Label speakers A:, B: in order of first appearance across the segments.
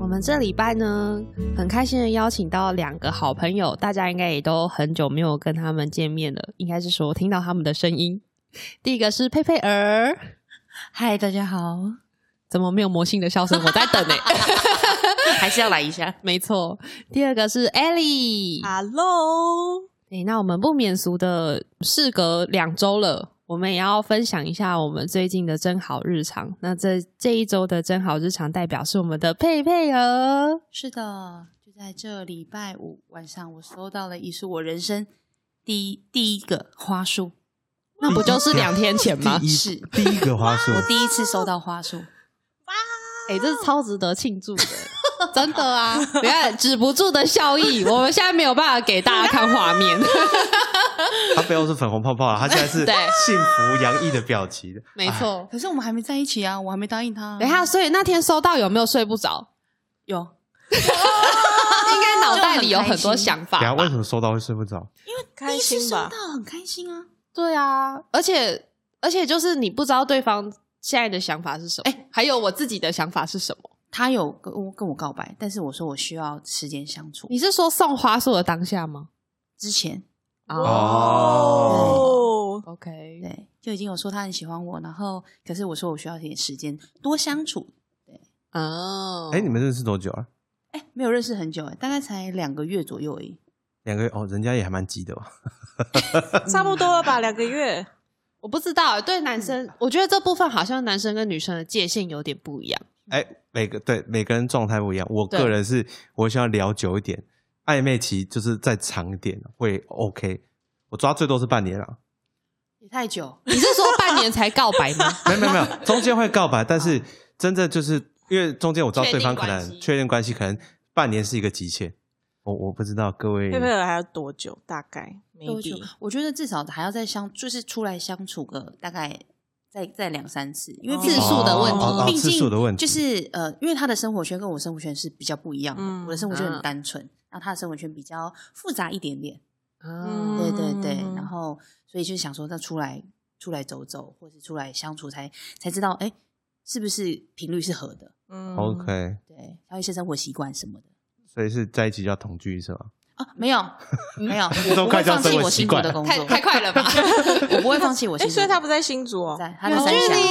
A: 我们这礼拜呢，很开心的邀请到两个好朋友，大家应该也都很久没有跟他们见面了，应该是说听到他们的声音。第一个是佩佩儿，
B: 嗨，大家好，
A: 怎么没有魔性的笑声？我在等呢、
B: 还是要来一下。
A: 没错，第二个是 Ellie。
B: Hello，
A: 诶，那我们不免俗的，事隔两周了，我们也要分享一下我们最近的真好日常。那这这一周的真好日常代表是我们的佩佩儿。
B: 是的，就在这礼拜五晚上，我收到了一束我人生第一第一个花束，
A: 那不就是两天前吗
C: 第？一
B: 是
C: 第一个花
A: 嗯
C: 束，
B: 我第一次收到花束，
A: 哎、这是超值得庆 祝的，真的啊！你看止不住的笑 意，我们现在没有办法给大家看画面。
C: 他背后是粉红泡泡了，他现在是
A: 对
C: 幸福洋溢的表情。
A: 没
C: 哎，
A: 错，
B: 可是我们还没在一起啊，我还没答应他、啊。
A: 等一下，所以那天收到有没有睡不 着？
B: 有，
A: 应该脑袋里有
B: 就很开
A: 很多
B: 心
A: 想
C: 等一
A: 法
C: 下为
A: 吧？
C: 什么收到会睡不着？
B: 第一次收到很开心啊。
A: 对啊，而且而且就是你不知道对方现在的想法是什么，哎、还有我自己的想法是什么？
B: 他有跟我跟我告白，但是我说我需要时间相处。
A: 你是说送花束的当下吗？
B: 之前
C: 哦，
A: ，OK，
B: 对就已经有说他很喜欢我，然后可是我说我需要一点时间多相处。
A: 哦，
C: 哎，你们认识多久啊？
B: 哎，没有认识很久，哎，大概才两个月左右而已。
C: 两个月哦，人家也还蛮急的吧？
D: 差不多了吧，两个月。 嗯
A: 我不知道，对男生，我觉得这部分好像男生跟女生的界限有点不一样。
C: 哎，每个对每个人状态不一样。我
A: 对
C: 个人是我想要聊久一点，暧昧期就是再长一点会 OK。我抓最多是半年了，
B: 也太久，
A: 你是说半年才告白 吗？
C: 没有没有没有，中间会告白，但 是真正就是因为中间我知道对方可
A: 确定关
C: 能
A: 系
C: 确认关系，可能半年是一个极限。我我不知道各位
D: 佩佩尔还要多久？大概
B: 多久
D: maybe？？
B: 我觉得至少还要再相，就是出来相处个大概再再两三次，因为
D: 哦
B: 毕竟
D: 次数的问题
C: 哦哦哦
B: 毕竟
C: 次数的问题
B: 就是呃，因为他的生活圈跟我生活圈是比较不一样的，
D: 嗯
B: 我的生活圈
A: 嗯
B: 很单纯，然后他的生活圈比较复杂一点点，
A: 嗯，
B: 对对对，然
D: 嗯
B: 后所以就想说，那出来出来走走，或是出来相处才才知道，哎，是不是频率是合的？
D: 嗯
C: OK，
B: 对，还有一些生活习惯什么的。
C: 所以是在一起就要同居是吧？
B: 啊，没有，没有，
C: 这
B: 我
C: 种
B: 不
C: 快
B: 会
C: 叫
B: 放弃
C: 生活
B: 我
C: 习
B: 辛苦
C: 惯
B: 的工
A: 太
B: 作，
A: 太快了吧？
B: 我不会放弃我
D: 哎，
B: 辛苦
D: 所以他不在新竹哦，
B: 在，他在
A: 有
B: 三
A: 距
B: 峡
A: 离，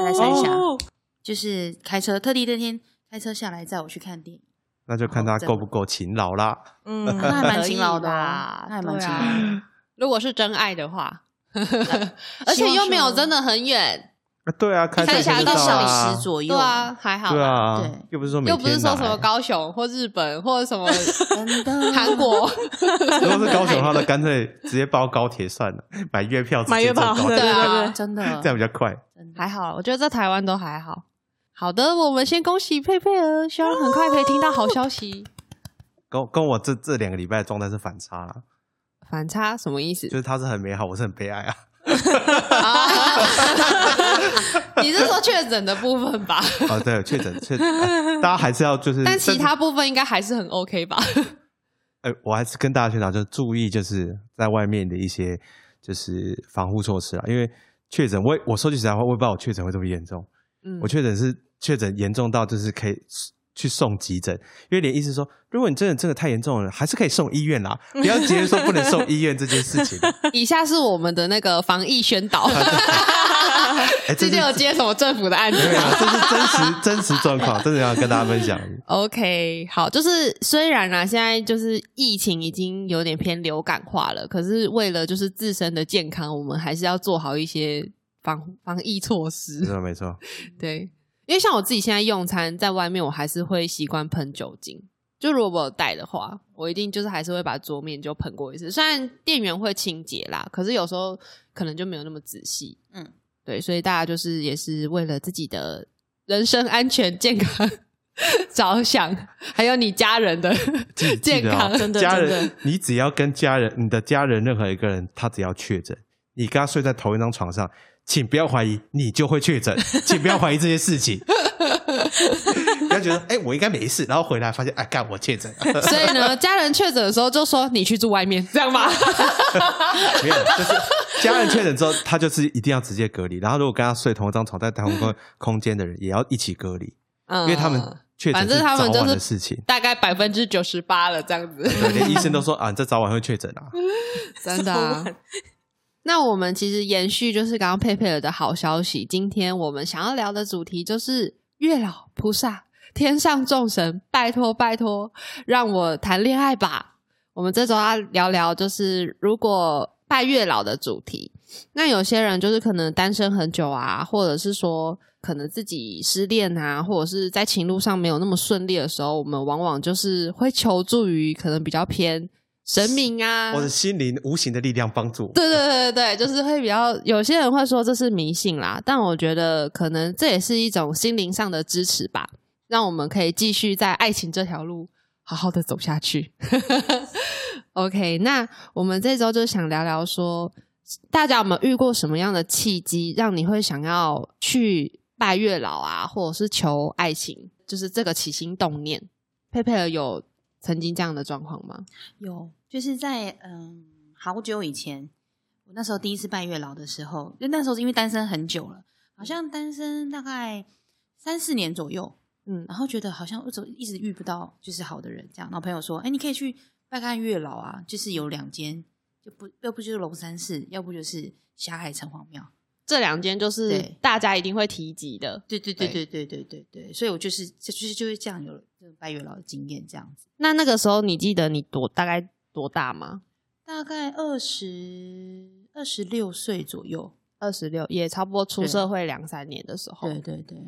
B: 他在三峡
D: 哦
B: 就是开车特地那天开车下来载我去看电 影，
C: 那就
A: 哦
C: 看他够不够勤劳啦。
D: 嗯，
B: 那还蛮
A: 可以
B: 勤劳的
A: 啦
B: 啊，那还蛮
A: 对
B: 勤
A: 啊
B: 劳 的。
A: 如果是真爱的话，而且又没有真的很远，
C: 啊对啊，开车
A: 看一下
C: 就知道
A: 一个小
C: 啦
B: 时左右
A: 对啊，还好
C: 对
A: 啦，
C: 啊
B: 对，
C: 又不是说每
A: 又不是
C: 天
A: 说
C: 来
A: 什么，高雄或日本或者什么
B: 真的
A: 韩 国，
C: 如果 是高雄的话，那干脆直接包高铁算了， 买月票直
D: 买
C: 接
D: 月
C: 坐
D: 票，
C: 高
D: 对
C: 铁，
A: 对啊
D: 对对，
B: 真
C: 这样
B: 的
C: 比较快。
B: 真的
A: 还好啦，我觉得在台湾都还好。好的，我们先恭喜佩佩儿，希望很快可以听到好消息。
C: 跟跟我这这两个礼拜的状态是反差啦，
A: 反差什么意思
C: 就？是他是很美好，我是很悲哀啊。
A: 啊你是说确诊的部分吧？
C: 啊，对，确诊确诊，啊大家还是要就是，
A: 但其他部分应该还是很 OK 吧？
C: 呃，我还是跟大家宣导，就注意就是在外面的一些就是防护措施啦，啊因为确诊，我也我说句实在话，我也不知道我确诊会这么严重，
A: 嗯
C: 我确诊是确诊严重到就是可以 s- 去送急诊，因为连医生说，如果你真的真的太严重了，还是可以送医院啦，不要直接说不能送医院这件事 情。
A: 以下是我们的那个防疫宣导，
C: 哎，这
A: 最
C: 是
A: 近有接什么政府的案子
C: 没有
A: 吗
C: 啊这是真实真实状况，真的要跟大家分享。
A: ？OK，好，就是虽然啊，现在就是疫情已经有点偏流感化了，可是为了就是自身的健康，我们还是要做好一些防防疫措
C: 没
A: 施。
C: 错没错，
A: 对，因为像我自己现在用餐，在外面我还是会习惯喷酒精。就如果我有带的话，我一定就是还是会把桌面就喷过一次。虽然店员会清洁啦，可是有时候可能就没有那么仔细。
B: 嗯，
A: 对，所以大家就是也是为了自己的人身安全健康 着想，还有你家人的
C: 记
A: 健
C: 记得哦
A: 康，
D: 真的
C: 家
D: 真
C: 人
D: 的，
C: 你只要跟家人，你的家人任何一个人，他只要确诊，你跟他睡在同一张床上，请不要怀疑，你就会确 诊，请不要怀疑这些事情。 不要觉得哎、我应该没事，然后回来发现哎，干我确诊，
A: 所以呢，家人确诊的时候就说你去住外面，这样吧。
C: 没有，就是家人确诊之后，他就是一定要直接隔离。然后如果跟他睡同一张床，在同一个空间的人，也要一起隔离，
A: 嗯
C: 因为他们确诊
A: 反
C: 是
A: 正他
C: 早
A: 们就
C: 晚
A: 是
C: 的事情。
A: 大概百分之九十八了，这样子，
C: 对，连医生都说啊，你这早晚会确诊 啊。
A: 嗯真的 啊、那我们其实延续就是刚刚佩佩尔的好消息，今天我们想要聊的主题就是月老菩萨、天上众神，拜托拜托，让我谈恋爱吧。我们这周要聊聊就是如果拜月老的主题。那有些人就是可能单身很久啊，或者是说可能自己失恋啊，或者是在情路上没有那么顺利的时候，我们往往就是会求助于可能比较偏神明啊，
C: 我的心灵无形的力量帮助我。
A: 对对对对对，就是会比较有些人会说这是迷信啦，但我觉得可能这也是一种心灵上的支持吧，让我们可以继续在爱情这条路好好的走下去。OK，那我们这周就想聊聊说，大家有没有遇过什么样的契机，让你会想要去拜月老啊，或者是求爱情，就是这个起心动念？佩佩尔有曾经这样的状况吗？
B: 有，就是在嗯好久以前，我那时候第一次拜月老的时候，就那时候是因为单身很久了，好像单身大概三四年左右，
A: 嗯
B: 然后觉得好像我怎么一直遇不到就是好的人这样。然后朋友说：“哎，你可以去拜看月老啊，就是有两间，就不要不就是龙山寺，要不就是霞海城隍庙。
A: 这两间就是
B: 对
A: 大家一定会提及的。”
B: 对对对对对对对对，所以我就是就是就是这样有了这个拜月老的经验这样子。
A: 那那个时候你记得你多大概多大吗？
B: 大概二十二十六岁左右，
A: 二十六，也差不多出
B: 对
A: 社会两三年的时候。
B: 对对对，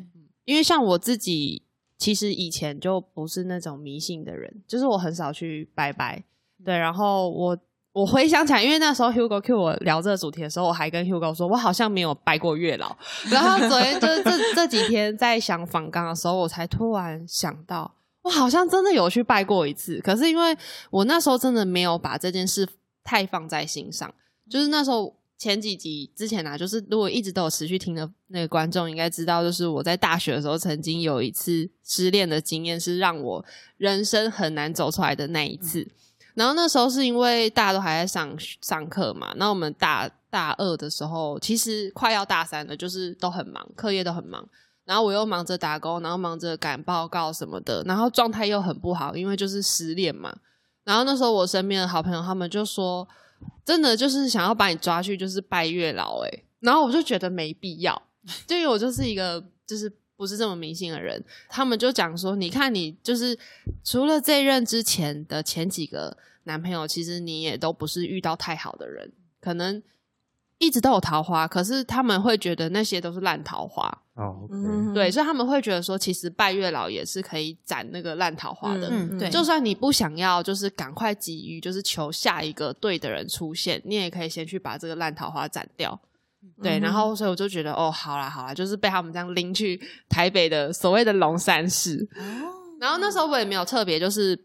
A: 因为像我自己，其实以前就不是那种迷信的人，就是我很少去拜拜。对，然后我我回想起来，因为那时候 Hugo Q 我聊这个主题的时候，我还跟 Hugo 说，我好像没有拜过月老。然后昨天就是这这几天在想访纲的时候，我才突然想到，我好像真的有去拜过一次，可是因为我那时候真的没有把这件事太放在心上，就是那时候。前几集之前啊，就是如果一直都有持续听的那个观众应该知道，就是我在大学的时候曾经有一次失恋的经验，是让我人生很难走出来的那一次。然后那时候是因为大家都还在上学上课嘛，那我们大大二的时候，其实快要大三了，就是都很忙，课业都很忙。然后我又忙着打工，然后忙着赶报告什么的，然后状态又很不好，因为就是失恋嘛。然后那时候我身边的好朋友他们就说，真的就是想要把你抓去就是拜月老哎、然后我就觉得没必要， 就因为我就是一个就是不是这么迷信的人，他们就讲说，你看你就是除了这一任之前的前几个男朋友，其实你也都不是遇到太好的人，可能一直都有桃花，可是他们会觉得那些都是烂桃花，
C: 哦，嗯，
D: 嗯，
A: 对，所以他们会觉得说，其实拜月老也是可以斩那个烂桃花的。
B: 嗯对
A: 就算你不想要，就是赶快急于就是求下一个对的人出现，你也可以先去把这个烂桃花斩掉。对，
D: 嗯
A: 然后所以我就觉得，哦，好啦好啦，就是被他们这样拎去台北的所谓的龙山寺。
B: 哦，
A: 然后那时候我也没有特别就是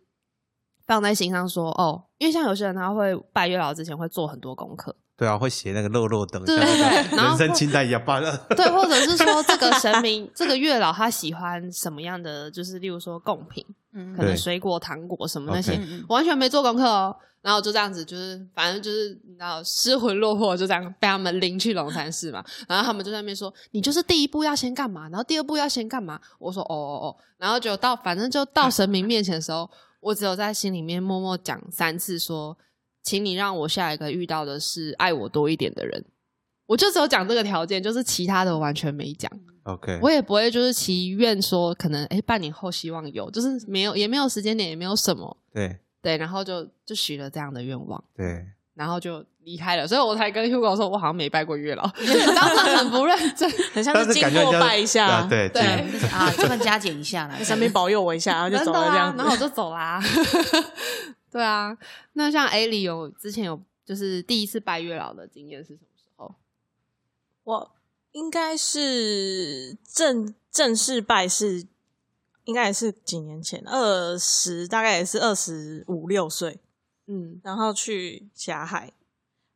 A: 放在心上说，哦，因为像有些人他会拜月老之前会做很多功课，
C: 对啊，会写那个肉肉等，
A: 对对 对然后
C: 人生清单一样，把那
A: 对，或者是说这个神 明这个月老他喜欢什么样的，就是例如说贡品，
B: 嗯
A: 可能
C: 对
A: 水果、糖果什么那些
C: OK
B: 嗯嗯
A: 我完全没做功课哦。然后我就这样子，就是反正就是你知道失魂落魄，就这样被他们拎去龙山寺嘛。然后他们就在那边说，你就是第一步要先干嘛，然后第二步要先干嘛。我说哦哦哦，然后就到反正就到神明面前的时候，我只有在心里面默默讲三次说，请你让我下一个遇到的是爱我多一点的人。我就只有讲这个条件，就是其他的我完全没讲。
C: OK，
A: 我也不会就是祈愿说，可能哎、诶半年后希望有，就是没有也没有时间点，也没有什么
C: 对
A: 对，然后就就许了这样的愿望，
C: 对，
A: 然后就离开了，所以我才跟 Hugo 说，我好像没拜过月 老，当时很不认真，
D: 很像
C: 但
D: 是
C: 是
D: 经
C: 感觉
D: 过
C: 人家
D: 拜一下，
C: 啊，，对
A: 对
C: 经
B: 就是啊，这份加减一下啦，
D: 在上面保佑我一下，然后就
A: 真
D: 走
A: 的
D: 了这
A: 啊
D: 样，
A: 然
D: 子。
A: 后我就走啦。 对啊，那像 A 里有之前有就是第一次拜月老的经验是什么时候？
D: 我应该是正正式拜是应该也是几年前，二十大概也是二十五六岁，
A: 嗯，
D: 然后去霞海。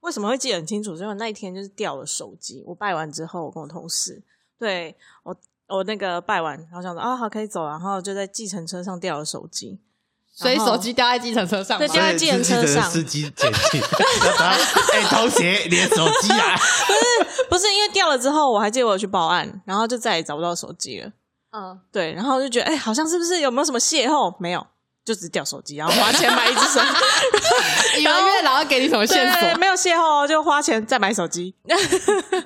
D: 为什么会记得很清楚？是因为那一天就是掉了手机。我拜完之后，我跟我同事，对我我那个拜完，然后想说啊好可以走，然后就在计程车上掉了手机。
A: 所以
D: 然后
A: 手机掉在计程车上吗，
D: 对掉在
C: 所以
D: 计程
C: 是计
D: 车上
C: 司机捡 起，然后哎，同学，你的手机 啊！
D: 不是因为掉了之后，我还记得我有去报案，然后就再也找不到手机了。
A: 嗯，
D: 对，然后就觉得哎、好像是不是有没有什么邂逅？没有，就只掉手机，然后花钱买一只手 机。
A: 以为月老要给你什么线
D: 对
A: 索？
D: 没有邂逅哦就花钱再买手机。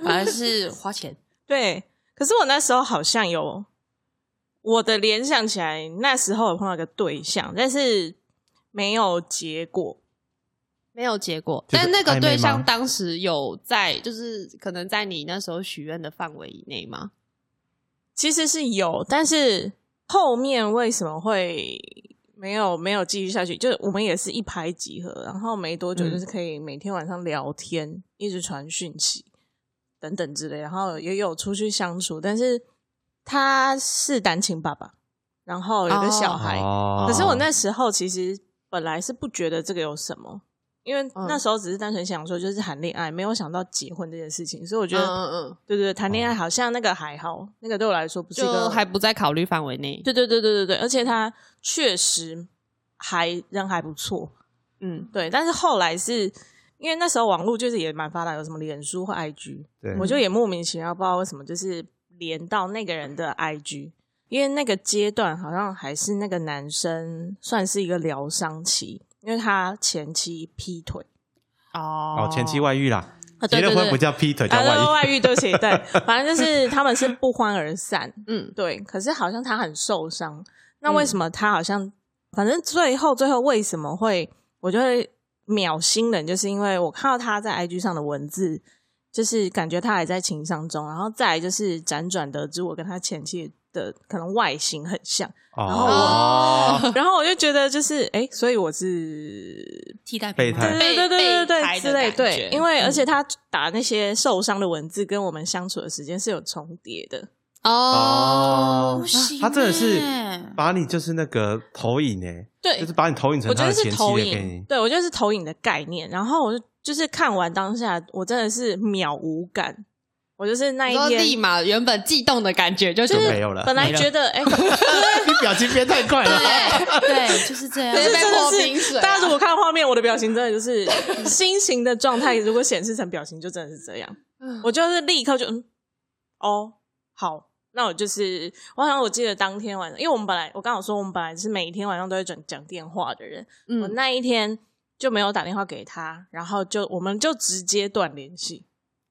A: 反而是花钱，
D: 对，可是我那时候好像有我的联想起来，那时候有碰到一个对象，但是没有结果。
A: 没有结果。
C: 就是
A: 但那个对
C: 暧昧
A: 象
C: 吗
A: 当时有在，就是可能在你那时候许愿的范围以内吗？
D: 其实是有，但是后面为什么会没有没有继续下去？就是我们也是一拍即合，然后没多久
C: 嗯
D: 就是可以每天晚上聊天，一直传讯息等等之类，然后也有出去相处，但是他是单亲爸爸，然后有个小
A: 哦
D: 孩，
C: 哦
D: 哎可是我那时候其实本来是不觉得这个有什么，因为
A: 嗯
D: 那时候只是单纯想说就是谈恋爱，没有想到结婚这件事情，所以我觉得，
A: 嗯嗯，
D: 对对对，谈恋爱好像那个还好，那个对我来说不是一
A: 就
D: 个
A: 还不在考虑范围内。
D: 对对对对对对，而且他确实还人还不错，
A: 嗯，
D: 对，但是后来是。因为那时候网络就是也蛮发达，有什么脸书或 IG，
C: 对
D: 我就也莫名其妙不知道为什么，就是连到那个人的 IG，因为那个阶段好像还是那个男生算是一个疗伤期，因为他前妻劈腿
A: 哦
C: 哦，前期外遇啦，
D: 啊，
C: 结
D: 对对
C: 了婚不
D: 对，
C: 叫劈腿，叫
D: 啊，对
C: 外遇。
D: 外遇，对不起，对，反正就是他们是不欢而散，
A: 嗯，
D: 对，可是好像他很受伤，那为什么他好像，反正最后最后为什么会，我就会秒新人，就是因为我看到他在 IG 上的文字，就是感觉他还在情伤中，然后再来就是辗转得知我跟他前妻的可能外形很像，后
C: 哦，
D: 然后我就觉得就是哎、诶所以我是
B: 替代
C: 备
B: 品吗
C: 胎
A: 被
D: 对对对对对
A: 被抬的
D: 对之
A: 感
D: 类
A: 觉
D: 对，因为
A: 嗯
D: 而且他打那些受伤的文字跟我们相处的时间是有重叠的，
A: 哦
C: 哦
B: 不，行欸，
C: 他真的是把你就是那个投影哎，
D: 对，
C: 就是把你投影成
D: 我觉
C: 他的
D: 得是
C: 前妻
D: 投
C: 的给
D: 影
C: 你，。
D: 对我觉得是投影的概念。然后我就就是看完当下，我真的是秒无感，我就是那
A: 你
D: 一
A: 说立
D: 天。
A: 马原本悸动的感觉就
C: 就是没有了
D: 本来
A: 没了
D: 觉得 哎，
C: 你表情变太快了，
B: 对，就是这样
A: 可。是被
D: 真的
A: 泼
D: 是
A: 冰水啊
D: 大家如果看画面，我的表情真的就是心情的状态，如果显示成表情，就真的是这样。我就是立刻就嗯，哦，好，那我就是，我好像我记得当天晚上，因为我们本来我刚好说我们本来是每天晚上都会讲讲电话的人，我
A: 嗯，
D: 那一天就没有打电话给他，然后就我们就直接断联系。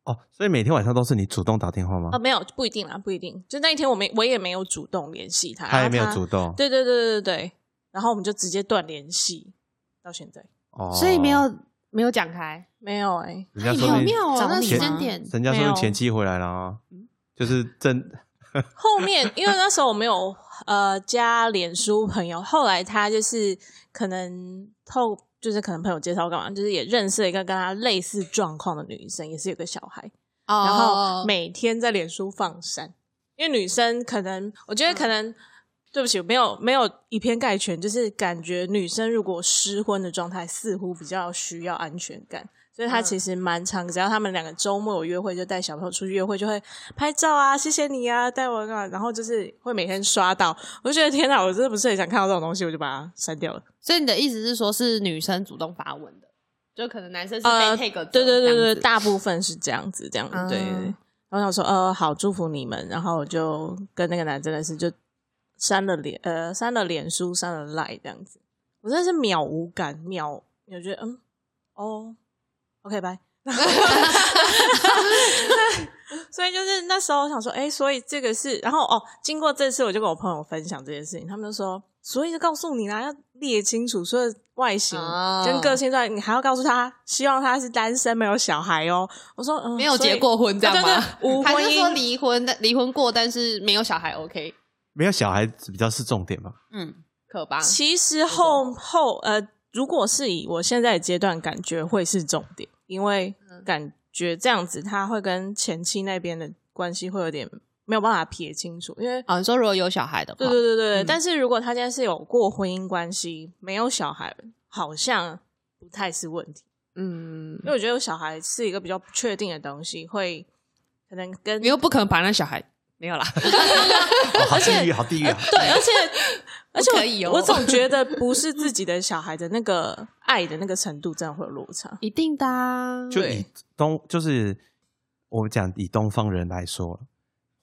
C: 哦，所以每天晚上都是你主动打电话吗
D: 啊，？没有，不一定啦，不一定。就那一天，我没，我也没有主动联系他，
C: 他
D: 然
C: 也
D: 后
C: 没有
A: 啊
C: 主动
D: 对对对对对，然后我们就直接断联系到现在，
C: 哦，
A: 所以没有没有讲开，
D: 没有哎、
C: 人家
A: 你
C: 说
A: 好
C: 不定
A: 妙哦，
D: 找
A: 那
D: 你
A: 时
C: 吗
A: 间点
C: 人家说
D: 没有
C: 你前妻回来了啊，就是正
D: 后面因为那时候我没有呃加脸书朋友，后来他就是可能透就是可能朋友介绍干嘛，就是也认识了一个跟他类似状况的女生，也是有个小孩，
A: 哦
D: 然后每天在脸书放闪，因为女生可能，我觉得
A: 嗯
D: 可能，对不起，没有没有以偏概全，就是感觉女生如果失婚的状态，似乎比较需要安全感，所以她
A: 嗯
D: 其实蛮常，只要他们两个周末有约会，就带小朋友出去约会，就会拍照啊，谢谢你啊，带我干嘛，然后就是会每天刷到，我就觉得天哪，我真的不是很想看到这种东西，我就把它删掉了。
A: 所以你的意思是说，是女生主动发文的，就可能男生是
D: 呃
A: 被 tag
D: 对对对对，
A: 大
D: 大部分是这样子，这样
A: 啊
D: 对对对。然后想说，呃，好，祝福你们。然后我就跟那个男真的是就删了脸，呃，删了脸书，删了 line 这样子。我真的是秒无感，秒，我觉得嗯，哦，OK，拜。 所以就是那时候我想说，哎、所以这个是，然后哦，经过这次我就跟我朋友分享这件事情，他们就说，所以就告诉你啦，要列清楚，所以外形
A: 啊
D: 跟个性在，你还要告诉他，希望他是单身没有小孩哦。我说，嗯，
A: 没有
D: 所以
A: 结过婚这样吗？
D: 啊 对对无
A: 还
D: 婚
A: 是
D: 姻
A: 说离婚，但离婚过，但是没有小孩，OK，
C: 没有小孩子比较是重点吧？
B: 嗯，
A: 可 吧？
D: 其实后后呃，如果是以我现在的阶段，感觉会是重点，
A: 嗯
D: 因为感觉这样子他会跟前妻那边的关系会有点没有办法撇清楚，因为
A: 啊，你说如果有小孩的话，
D: 对对对对，
A: 嗯
D: 但是如果他现在是有过婚姻关系，没有小孩，好像不太是问题，
A: 嗯
D: 因，为我觉得有小孩是一个比较不确定的东西，会可能跟
A: 你又不可能把那小孩没有啦，
C: 哦好地狱，好地狱啊！
A: 呃
D: 对，而且而且
A: 不可以哦
D: 我我总觉得不是自己的小孩的那个爱的那个程度，真的会有落 差。
A: 一定的、啊，
C: 就以东，就是我们讲以东方人来说，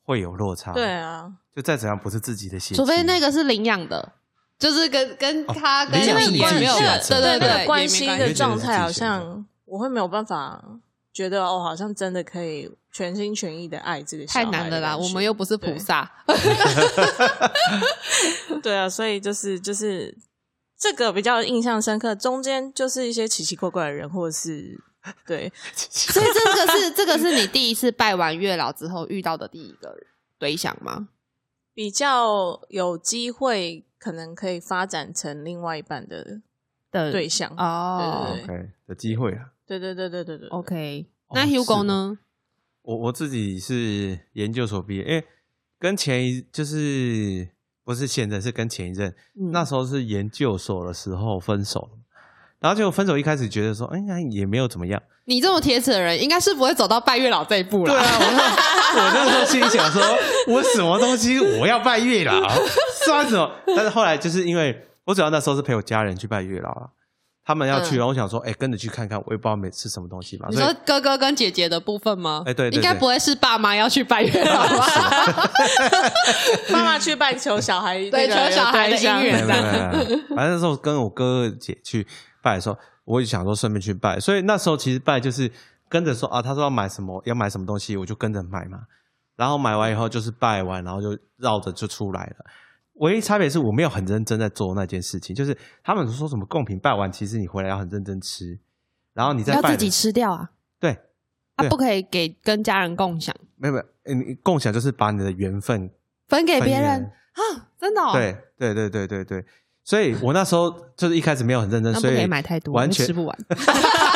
C: 会有落差。
D: 对，啊，
C: 就再怎样不是自己的血气，
A: 除非那个是领养的，就是跟跟
C: 哦
A: 他跟
C: 领养是你
A: 关
C: 自己
A: 没有
C: 选择
A: 对
C: 对
A: 对
D: 那
A: 对
D: 个关系
A: 也没
D: 的
A: 关系
D: 状态好
C: 你会觉得
D: 像我会没有办法觉得哦，好像真的可以全心全意的爱这个小
A: 太
D: 孩
A: 难了
D: 的
A: 啦，
D: 感觉
A: 我们又不是菩萨，
D: 对啊，所以就是就是这个比较印象深刻，中间就是一些奇奇怪怪的人，或者是对
A: 所以这个是 这个是你第一次拜完月老之后遇到的第一个对象吗？
D: 比较有机会，可能可以发展成另外一半的
A: 的
D: 对象。
A: 哦
D: 对对对
C: OK 的机会啊。
D: 对对对对对对对
A: OK，
C: 哦
A: 那
C: 是
A: Hugo
C: 吗
A: 呢？
C: 我我自己是研究所毕业，因为跟前一就是不是现任，是跟前一任，
A: 嗯
C: 那时候是研究所的时候分手了，然后就分手一开始觉得说，哎、呀也没有怎么 样，
A: 你这么铁齿的人，应该是不会走到拜月老这一步
C: 对
A: 啦。
C: 啊，我那我那时候心里想说，我什么东西我要拜月老，算什么？但是后来就是因为我主要那时候是陪我家人去拜月老啊，他们要去，
A: 嗯
C: 然后我想说，哎、跟着去看看，我也不知道每是什么东西嘛，
A: 你
C: 所以
A: 说哥哥跟姐姐的部分吗？
C: 哎对对
A: 应该
C: 对
A: 不会是爸妈要去拜月老吧？
D: 妈妈去拜求小 孩那个
A: 求小孩的
D: 对象
A: 姻
C: 没
A: 缘
C: 有没有没有，没有反正那时候跟我哥哥姐去拜的时候，我也想说顺便去拜，所以那时候其实拜就是跟着说啊，他说要买什么要买什么东西，我就跟着买嘛。然后买完以后就是拜完，然后就绕着就出来了。唯一差别是我没有很认真在做那件事情，就是他们说什么贡品拜完，其实你回来要很认真吃，然后你再
A: 要
C: 拜
A: 自
C: 的
A: 己吃掉啊，
C: 对，
A: 他
C: 对
A: 不可以给跟家人共享，
C: 没有没有，呃你共享就是把你的缘分
A: 分给
C: 分
A: 别人
C: 人
A: 啊，真的哦。，
C: 对对对对对对，所以我那时候就是一开始没有很认真，
A: 那不
C: 所
A: 可以
C: 以
A: 买太多，
C: 完
A: 会
C: 全
A: 吃不完。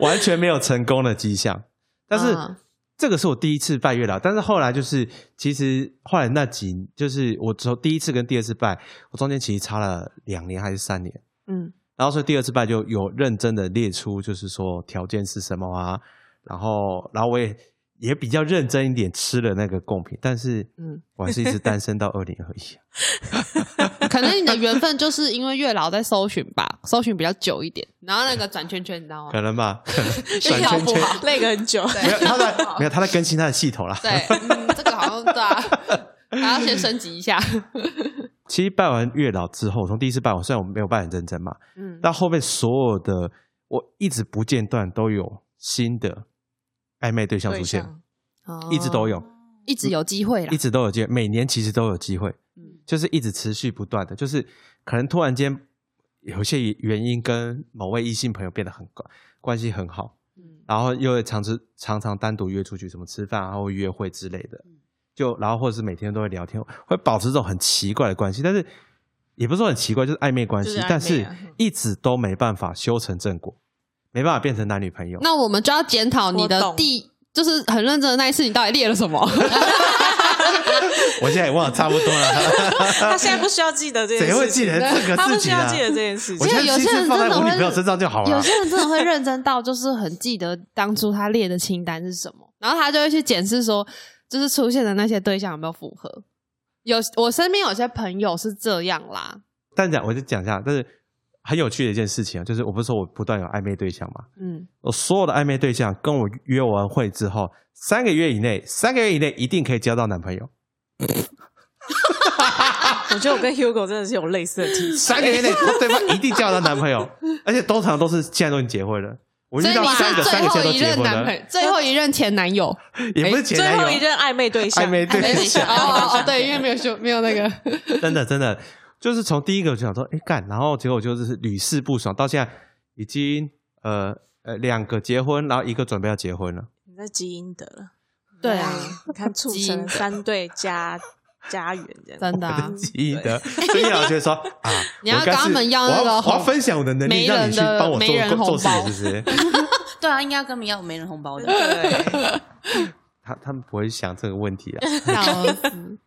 C: 完全没有成功的迹象。但是、
A: 嗯
C: 这个是我第一次拜月老，但是后来就是，其实后来那几就是我从第一次跟第二次拜，我中间其实差了两年还是三年，
A: 嗯，
C: 然后所以第二次拜就有认真的列出，就是说条件是什么啊，然后然后我也也比较认真一点吃了那个贡品，但是
A: 嗯
C: 嗯，我还是一直单身到二零二一。
A: 可能你的缘分就是因为月老在搜寻吧，搜寻比较久一点，然后那个转圈圈，你知道吗？
C: 可能吧，可 能
A: 运
C: 转
A: 道
C: 圈
A: 哦不
C: 圈，
A: 好。
D: 累个 很久。
C: 没有他在没有他在更新他的系统啦。
A: 对，嗯，这个好像对啊，然后先升级一下。
C: 其实拜完月老之后，从第一次拜完，虽然我没有拜很认真嘛，
A: 嗯，
C: 到后面所有的我一直不间断都有新的暧昧对象哦出现， 一直都有，
A: 哦一直有机会啦
C: 一。直都有机会，每年其实都有机会，
A: 嗯
C: 就是一直持续不断的，就是可能突然间有一些原因跟某位异性朋友变得很关关系很好，
A: 嗯
C: 然后又会常吃常常单独约出去，什么吃饭啊或约会之类的，
D: 嗯
C: 就然后或者是每天都会聊天，会保持这种很奇怪的关系，但是也不是说很奇怪，就是暧昧关系，
D: 就是暧昧啊
C: 但是
D: 嗯
C: 一直都没办法修成正果，没办法变成男女朋友。
A: 那我们就要检讨你
D: 我
A: 的
D: 懂
A: 第，就是很认真的那一次，你到底列了什么？
C: 我现在也忘了差不多 了，
D: 他现在不需要记得这件
C: 谁
D: 事情，
C: 会记得这个
D: 他
C: 事
D: 不需
C: 情
D: 要
C: 啊
D: 记？得这件事
C: 我
D: 情
A: 觉。
C: 现
A: 得有
C: 在
A: 些
C: 心
A: 人
C: 思放在
A: 真的
C: 我女
A: 会
C: 朋友身上就好了
A: 有
C: 啊。
A: 些人真的会认真到，就是很记得当初他列的清单是什么，然后他就会去检视说，就是出现的那些对象有没有符合。有我身边有些朋友是这样啦，
C: 但讲我就讲一下，但是很有趣的一件事情啊，就是我不是说我不断有暧昧对象嘛，
A: 嗯，
C: 我所有的暧昧对象跟我约完会之后，三个月以内，三个月以内一定可以交到男朋友，
D: 我觉得我跟 Hugo 真的是有类似的体质。
C: 三个月 内对方一定交到男朋友，而且通常都是现在都已经结婚了。我遇
A: 所以
C: 到
A: 你
C: 三
A: 是
C: 个，三
A: 最
C: 个现在
A: 后
C: 都
A: 一
C: 结
A: 任
C: 婚
A: 男
C: 了
A: 朋，友，最后一任前男友，哎
C: 也不是前
D: 最后
C: 男
D: 一
C: 友，
D: 任暧昧对象，
C: 暧昧对象，
A: 哦哦哦，对，因为没有修，没有那个，
C: 真的真的就是从第一个就想说，哎干，然后结果就是屡试不爽，到现在已经呃呃两个结婚，然后一个准备要结婚了。
D: 你在基因得了。
A: 对啊，
D: 你看促
A: 基因
D: 成
A: 的
D: 三对家家园这样，
A: 真的啊
C: 我的记忆的，所以老师 说啊，
A: 你要
C: 我应该是
A: 跟他们要那个
C: 我要我要
A: 红
C: 分享我的能力，
A: 没
C: 让你
A: 人
C: 去
A: 的
C: 帮我
A: 没人
C: 做
A: 红
C: 做事是
A: 包，
C: 不是？
A: 嗯
B: 对啊，应该要跟我们要没人红包的。
D: 对，
C: 他他们不会想这个问题 啊。
A: 笑死！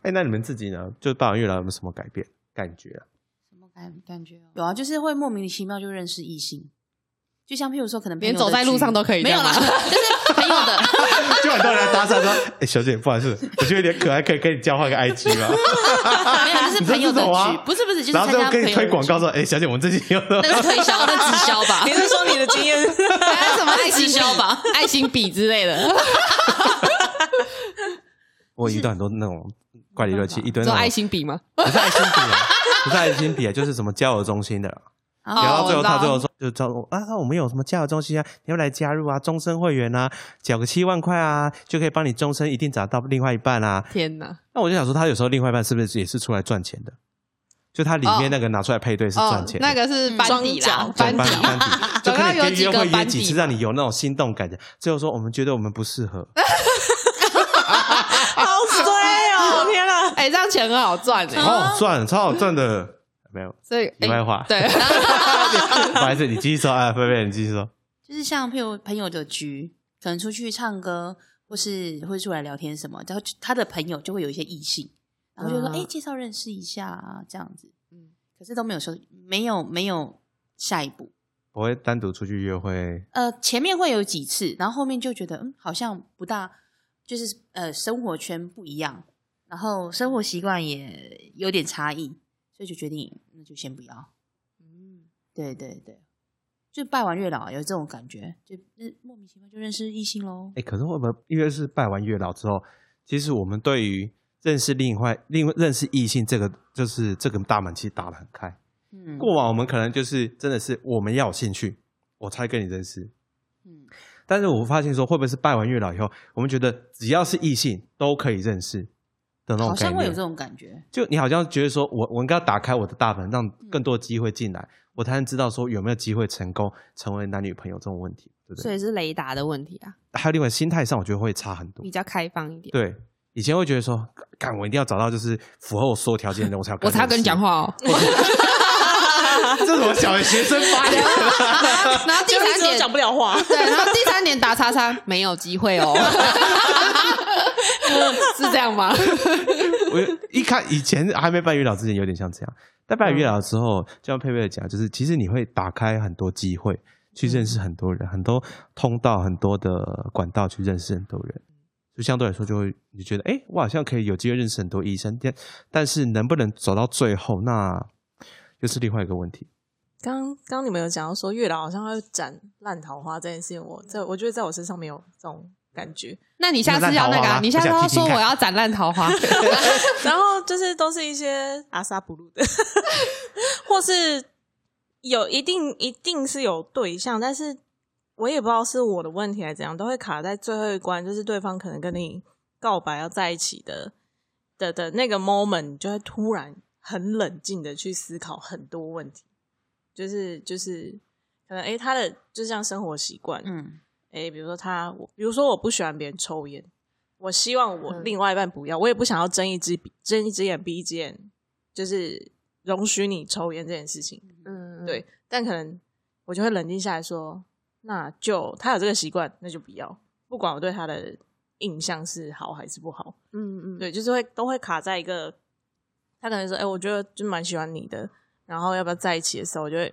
C: 哎，那你们自己呢？就霸王月老有没有什么改变感觉啊？
B: 什么 感感觉哦？有啊，就是会莫名其妙就认识异性，就像譬如说，可能朋
A: 连
B: 友的
A: 走在路
B: 局
A: 上都可以
B: 没有啦，
A: 这样
B: 就是朋友的，
C: 就很多人来搭讪说：“ 哎，小姐，不好意思，我觉得有点可爱，可以跟你交换 个 IG 吗？”
B: 没有，就是朋友
C: 你知道这
B: 的
C: 种啊
B: 局，不是不是，就是
C: 然
B: 参
C: 后
B: 加
C: 就
B: 朋
C: 跟
B: 友
C: 你推广
B: 的
C: 告说：“哎，小姐，我们最近 有
B: 局，那是推销，那直销吧
D: 你，是说你的经 验？
A: 还有什么爱心
B: 直销
A: 笔
B: 吧、
A: 爱心笔之类的，
C: 我遇到很多那种怪里乱气一堆那
A: 做
C: 种
A: 爱心笔吗？
C: 不是爱心笔 啊，不是爱心笔啊，就是什么交友中心的啦。
B: 哦
C: 聊到
A: 我
C: 最后，
A: 知道
C: 他最后说就招我啊，我们有什么交友中心啊？你要来加入啊，终身会员啊，缴个七万块啊，就可以帮你终身一定找到另外一半啊。
A: 天哪！
C: 那我就想说，他有时候另外一半是不是也是出来赚钱的？就他里面那个拿出来配对是赚钱的、
A: 哦那个是班底啦
D: 嗯，
C: 对
A: 班
C: 班
A: 底
C: 底班 底，就
A: 刚
C: 跟
A: 刚
C: 你
A: 有
C: 跟
A: 几
C: 约
A: 个
C: 会约
A: 班
C: 几
A: 底
C: 次，让你有那种心动感觉。最后说我们觉得我们不适 合，
D: 好衰哦！天哪，
A: 哎，这样钱很好赚哎，
C: 好好哦赚，超好赚的。没有，
A: 所以哎
C: 题外话
A: 对，
C: 不好意思，你继续说啊，菲菲，你继续说。
B: 就是像譬如朋友的局，可能出去唱歌，或是会出来聊天什么，然后就他的朋友就会有一些异性，然后就说：“
A: 啊
B: 哎、介绍认识一下啊，这样子。”嗯，可是都没有说，没有没有下一步。
C: 我会单独出去约会，
B: 呃，前面会有几次，然后后面就觉得嗯，好像不大，就是呃，生活圈不一样，然后生活习惯也有点差异，所以就决定那就先不要。嗯，对对对，就拜完月老有这种感觉，就嗯莫名其妙就认识异性喽
C: 哎、。可是会不会因为是拜完月老之后，其实我们对于认识另外另外认识异性这个就是这个大门其实打得很开。
B: 嗯，
C: 过往我们可能就是真的是我们要有兴趣，我才跟你认识。
B: 嗯
C: 但是我发现说，会不会是拜完月老以后，我们觉得只要是异性都可以认识的那种
B: 好
C: 概
B: 像会有
C: 念
B: 这？种感觉。
C: 就你好像觉得说我我应该要打开我的大门，让
B: 嗯
C: 更多机会进来，我才能知道说有没有机会成功成为男女朋友这种问题，对不
A: 所
C: 对？
A: 以是雷达的问题啊，
C: 还有另外心态上，我觉得会差很多
A: 比。较开放一点。
C: 对，以前会觉得说，干我一定要找到就是符合我所有条件的人，我才要
A: 我才要
C: 认
A: 跟你
C: 识
A: 讲。话哦。
C: 这是我小学生发 言。
A: 啊然后第
D: 就是
A: 三
D: 一直都
A: 点
D: 讲，不了话，
A: 对，然后第 三点打叉叉没有机会 哦，嗯是这样吗？
C: 我一看以前还没拜月老之前有点像这样，但
A: 嗯
C: 拜月老之后，就像佩佩讲，就是其实你会打开很多机会去认
A: 嗯
C: 识很多人，很多通道、很多的管道去认识很多人。就相对来说，就会你觉得，哎、我好像可以有机会认识很多医生，但但是能不能走到最后，那又是另外一个问题。
D: 刚刚你们有讲到说月老好像会斩烂桃花这件事情，我在我觉得在我身上没有这种感觉。
A: 那你下次要那个、啊，你
C: 你
A: 下
C: 下次
A: 次要
C: 要
A: 说
C: 说
A: 我
C: 我
A: 要斩烂桃 花，
D: 然后就是都是一些阿萨布鲁的， 或是有一定一定是有对象，但是我也不知道是我的问题还是怎样，都会卡在最后一关，就是对方可能跟你告白要在一起的的的那个 moment，你就会突然很冷静的去思考很多问题，就是就是可能诶、他的就像生活习惯，
B: 嗯，
D: 诶、比如说他，我比如说我不喜欢别人抽烟，我希望我
B: 嗯
D: 另外一半不要，我也不想要睁一只鼻睁一只眼闭一只眼，就是容许你抽烟这件事情。
A: 嗯，
D: 对，但可能我就会冷静下来说，那就他有这个习惯，那就不要，不管我对他的印象是好还是不好，
A: 嗯嗯，
D: 对，就是会都会卡在一个，他可能说，哎、我觉得就蛮喜欢你的，然后要不要在一起的时候，我就会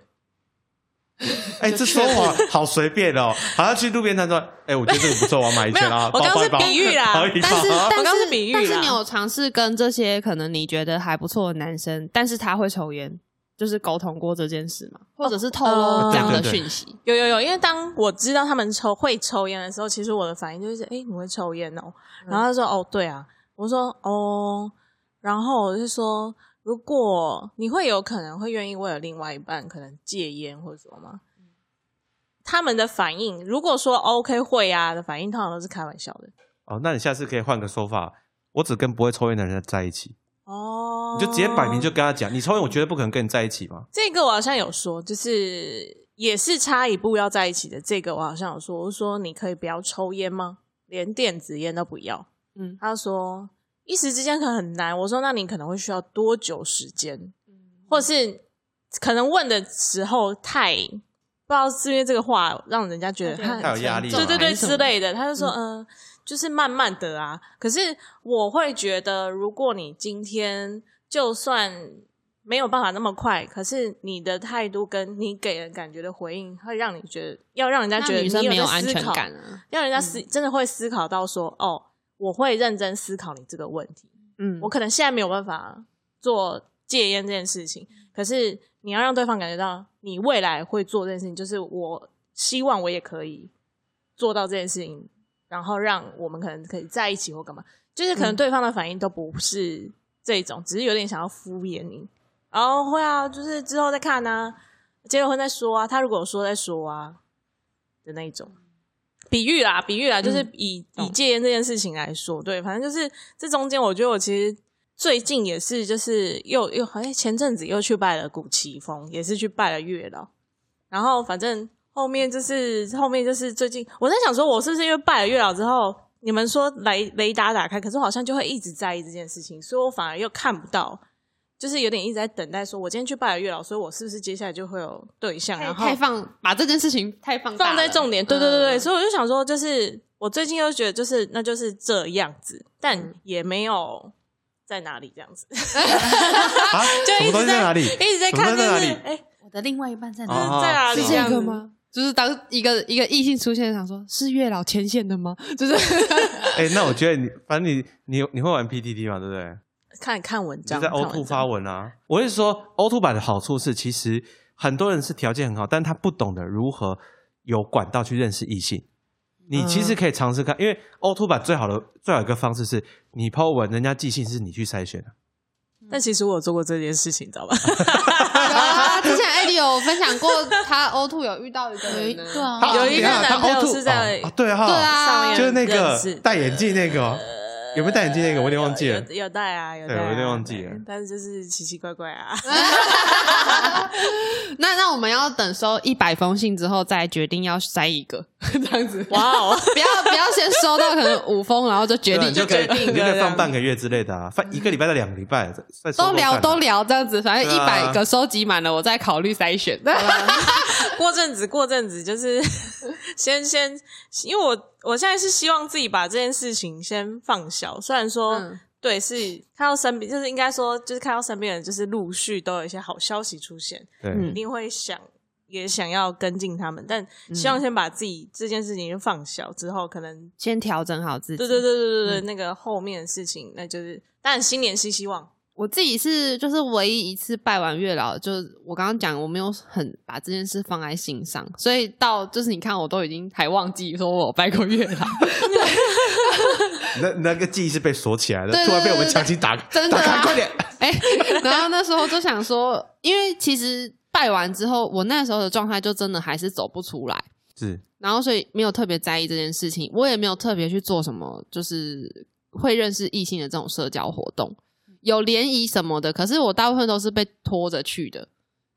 C: 哎、这说 法好随便哦，好像去路边摊说，哎、我觉得这个不错，我要买一 圈啊。
D: 没有我刚刚是
C: 包包
D: 比喻 啦
C: 包包
A: 但是
C: 包包
D: 我
A: 但
D: 刚
A: 是
D: 是比喻啦
A: 但是你有尝试跟这些可能你觉得还不错的男生，但是他会抽烟，就是沟通过这件事嘛，或者是透露
D: 哦
A: 这样的
C: 对对对
A: 讯息，
D: 有有有，因为当我知道他们抽会抽烟的时候，其实我的反应就是：哎、你会抽烟哦？然后他说：哦，对啊。我说：哦。然后我就说：如果你会有可能会愿意为了另外一半可能戒烟或者什么吗？他们的反应，如果说 OK 会啊的反应，通常都是开玩笑的。
C: 哦，那你下次可以换个说法，我只跟不会抽烟的人在一起，
D: 哦
C: 你就直接摆明就跟他讲，你抽烟，我绝对不可能跟你在一起嘛。
D: 这个我好像有说，就是也是差一步要在一起的。这个我好像有说，我说你可以不要抽烟吗？连电子烟都不要。
A: 嗯
D: 他说一时之间可能很难。我说那你可能会需要多久时间？或是可能问的时候太不知道是因为这个话让人家觉得他
C: 他有压力
D: 对对
C: 吗
D: 对
A: 还是什
D: 之
A: 么
D: 类的，他就说嗯、呃就是慢慢的啊。可是我会觉得，如果你今天就算没有办法那么快，可是你的态度跟你给人感觉的回应，会让你觉得要让人家
A: 那
D: 觉得
A: 女
D: 你
A: 生没
D: 有
A: 有
D: 在
A: 安
D: 思
A: 全
D: 考
A: 感啊。
D: 让人家思、真的会思考到说，哦，我会认真思考你这个问题。
A: 嗯
D: 我可能现在没有办法做戒烟这件事情，可是你要让对方感觉到你未来会做这件事情，就是我希望我也可以做到这件事情，然后让我们可能可以在一起或干嘛。就是可能
A: 嗯
D: 对方的反应都不是这种，只是有点想要敷衍你。然后会啊，就是之后再看啊，结了婚再说啊。他如果有说再说啊的那一种。比喻啦，比喻啦，就是以、以
A: 懂
D: 戒烟这件事情来说，对，反正就是这中间，我觉得我其实最近也是，就是又又好像前阵子又去拜了古奇峰，也是去拜了月老，然后反正后面就是后面就是最近我在想说，我是不是因为拜了月老之后，你们说雷雷达打开，可是我好像就会一直在意这件事情，所以我反而又看不到。就是有点一直在等待，说我今天去拜了月老，所以我是不是接下来就会有对象？
A: 太
D: 然后
A: 太放把这件事情太放大
D: 放在
A: 了
D: 重点，对对对对，
A: 嗯
D: 所以我就想说，就是我最近又觉得，就是那就是这样子，
A: 嗯
D: 但也没有在哪里这样子，
C: 啊，什
D: 就一
C: 么东西
D: 直
C: 在哪里？
D: 一直在看，就
C: 什么东
D: 是
C: 西在哪
D: 哎，
B: 我的另外一半在
D: 就是
B: 哪？
C: 哦
D: 在哪里
C: 是
A: 啊这
D: 样
A: 个
D: 子？
A: 吗？就是当一个一个异性出现，想说是月老牵线的吗？就是
C: 哎、那我觉得你，反正你你你会玩 PTT 嘛，对不对？
D: 看看文
C: 就
D: 章，
C: 在 O
D: 看
C: two
D: 文
C: 发
D: 章，
C: 文啊。我是说 O two 版的好处是，其实很多人是条件很好，但他不懂得如何有管道去认识异性。你其
D: 嗯
C: 实可以尝试看，因为 O two 版最好的最好一个方式是你 Po 文，人家寄信是你去筛选的。
D: 但其实我有做过这件事情，你知道吧？
A: 啊， 之前艾迪有分享过，他 O two 有遇到一个人呢，
B: 对啊
C: 他
D: 哦有一个
C: 等下他
D: 男朋友
C: O2
D: 是在
C: 哦啊对哈，
A: 对啊
D: 上面
C: 就是那个
D: 认识
C: 戴眼镜那个哦
D: 呃
C: 有没有戴眼镜那个我有点忘记了
D: 有有戴啊，有戴
C: 对
D: 啊，
C: 我有点忘记了
D: 对但是就是奇奇怪怪啊，
A: 那那我们要等收一百封信之后，再决定要塞一个 这样子，
D: 哇哦，
A: 不要不要先收到可能五封，然后就决
C: 对啊
A: 定
C: 你就可以
D: 决定
C: 你就可
D: 这
C: 以
D: 样
C: 放半个月之类的啊，放一个礼拜到两个礼拜，再
A: 都聊都
C: 聊。
A: 聊这样子，反正一
C: 对啊
A: 百个收集满了，我再考虑筛选。
D: 过阵子，过阵子就是 先先，因为我我现在是希望自己把这件事情先放小。虽然说、
A: 嗯
D: 对是看到身边，就是应该说就是看到身边人，就是陆续都有一些好消息出现，
C: 对，
A: 嗯
D: 一定会想也想要跟进他们，但希望先把自己这件事情先放小之后，可能
A: 先调整好自己。
D: 对对对对对对，那个后面的事情，那就是当然新年新希望，
A: 我自己是就是唯一一次拜完月老，就是我刚刚讲我没有很把这件事放在心上，所以到就是你看我都已经还忘记说我有拜过 月老，
C: 那那个记忆是被锁起来的
A: 对，对
C: 突然被我们
A: 对对
C: 强行打
A: 真的
C: 打
A: 啊
C: 开，快点！
A: 哎、然后那时候就想说，因为其实拜完之后，我那时候的状态就真的还是走不出来，
C: 是
A: 然后所以没有特别在意这件事情，我也没有特别去做什么，就是会认识异性的这种社交活动，有联谊什么的。可是我大部分都是被拖着去的，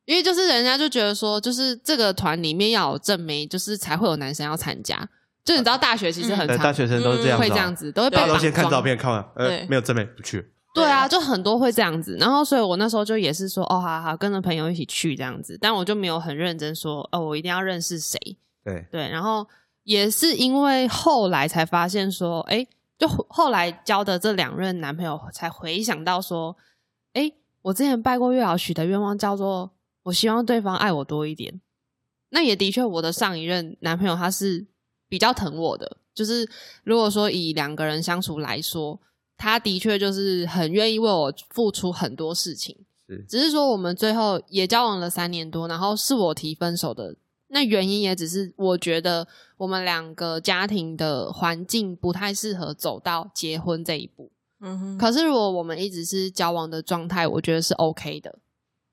A: 因为就是人家就觉得说，就是这个团里面要有正妹，就是才会有男生要参加。就你知道，大学其实很
C: 对，
A: 常
C: 嗯
A: 嗯
C: 大学生都是这样子啊，
A: 会这样子，都会被
C: 大家都
A: 绑
C: 先看
A: 装
C: 照片，看完呃
D: 对
C: 没有正面不去，
A: 对啊，就很多会这样子，然后所以我那时候就也是说，哦，好好跟着朋友一起去这样子，但我就没有很认真说，哦，我一定要认识谁，
C: 对，
A: 对，然后也是因为后来才发现说，哎，就后来交的这两任男朋友才回想到说，哎，我之前拜过月老许的愿望叫做，我希望对方爱我多一点。那也的确，我的上一任男朋友他是比较疼我的，就是如果说以两个人相处来说，他的确就是很愿意为我付出很多事情。
C: 是
A: 只是说我们最后也交往了三年多，然后是我提分手的。那原因也只是我觉得我们两个家庭的环境不太适合走到结婚这一步。
D: 嗯哼，
A: 可是如果我们一直是交往的状态，我觉得是 OK 的。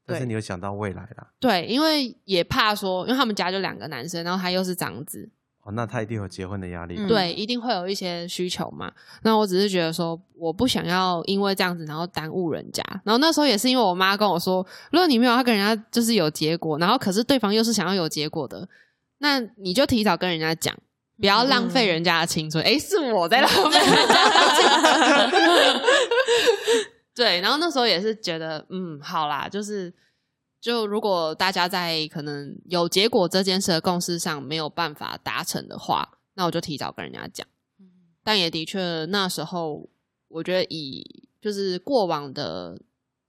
C: 但是你有想到未来啦，
A: 对，因为也怕说，因为他们家就两个男生，然后他又是长子，
C: 哦，那他一定有结婚的压力，
B: 嗯
A: 对，一定会有一些需求嘛。那我只是觉得说，我不想要因为这样子，然后耽误人家。然后那时候也是因为我妈跟我说，如果你没有要跟人家就是有结果，然后可是对方又是想要有结果的，那你就提早跟人家讲，不要浪费人家的青春。诶，是我在浪费人家的青 春。对，然后那时候也是觉得，嗯，好啦，就是就如果大家在可能有结果这件事的共识上没有办法达成的话，那我就提早跟人家讲。但也的确，那时候我觉得以就是过往的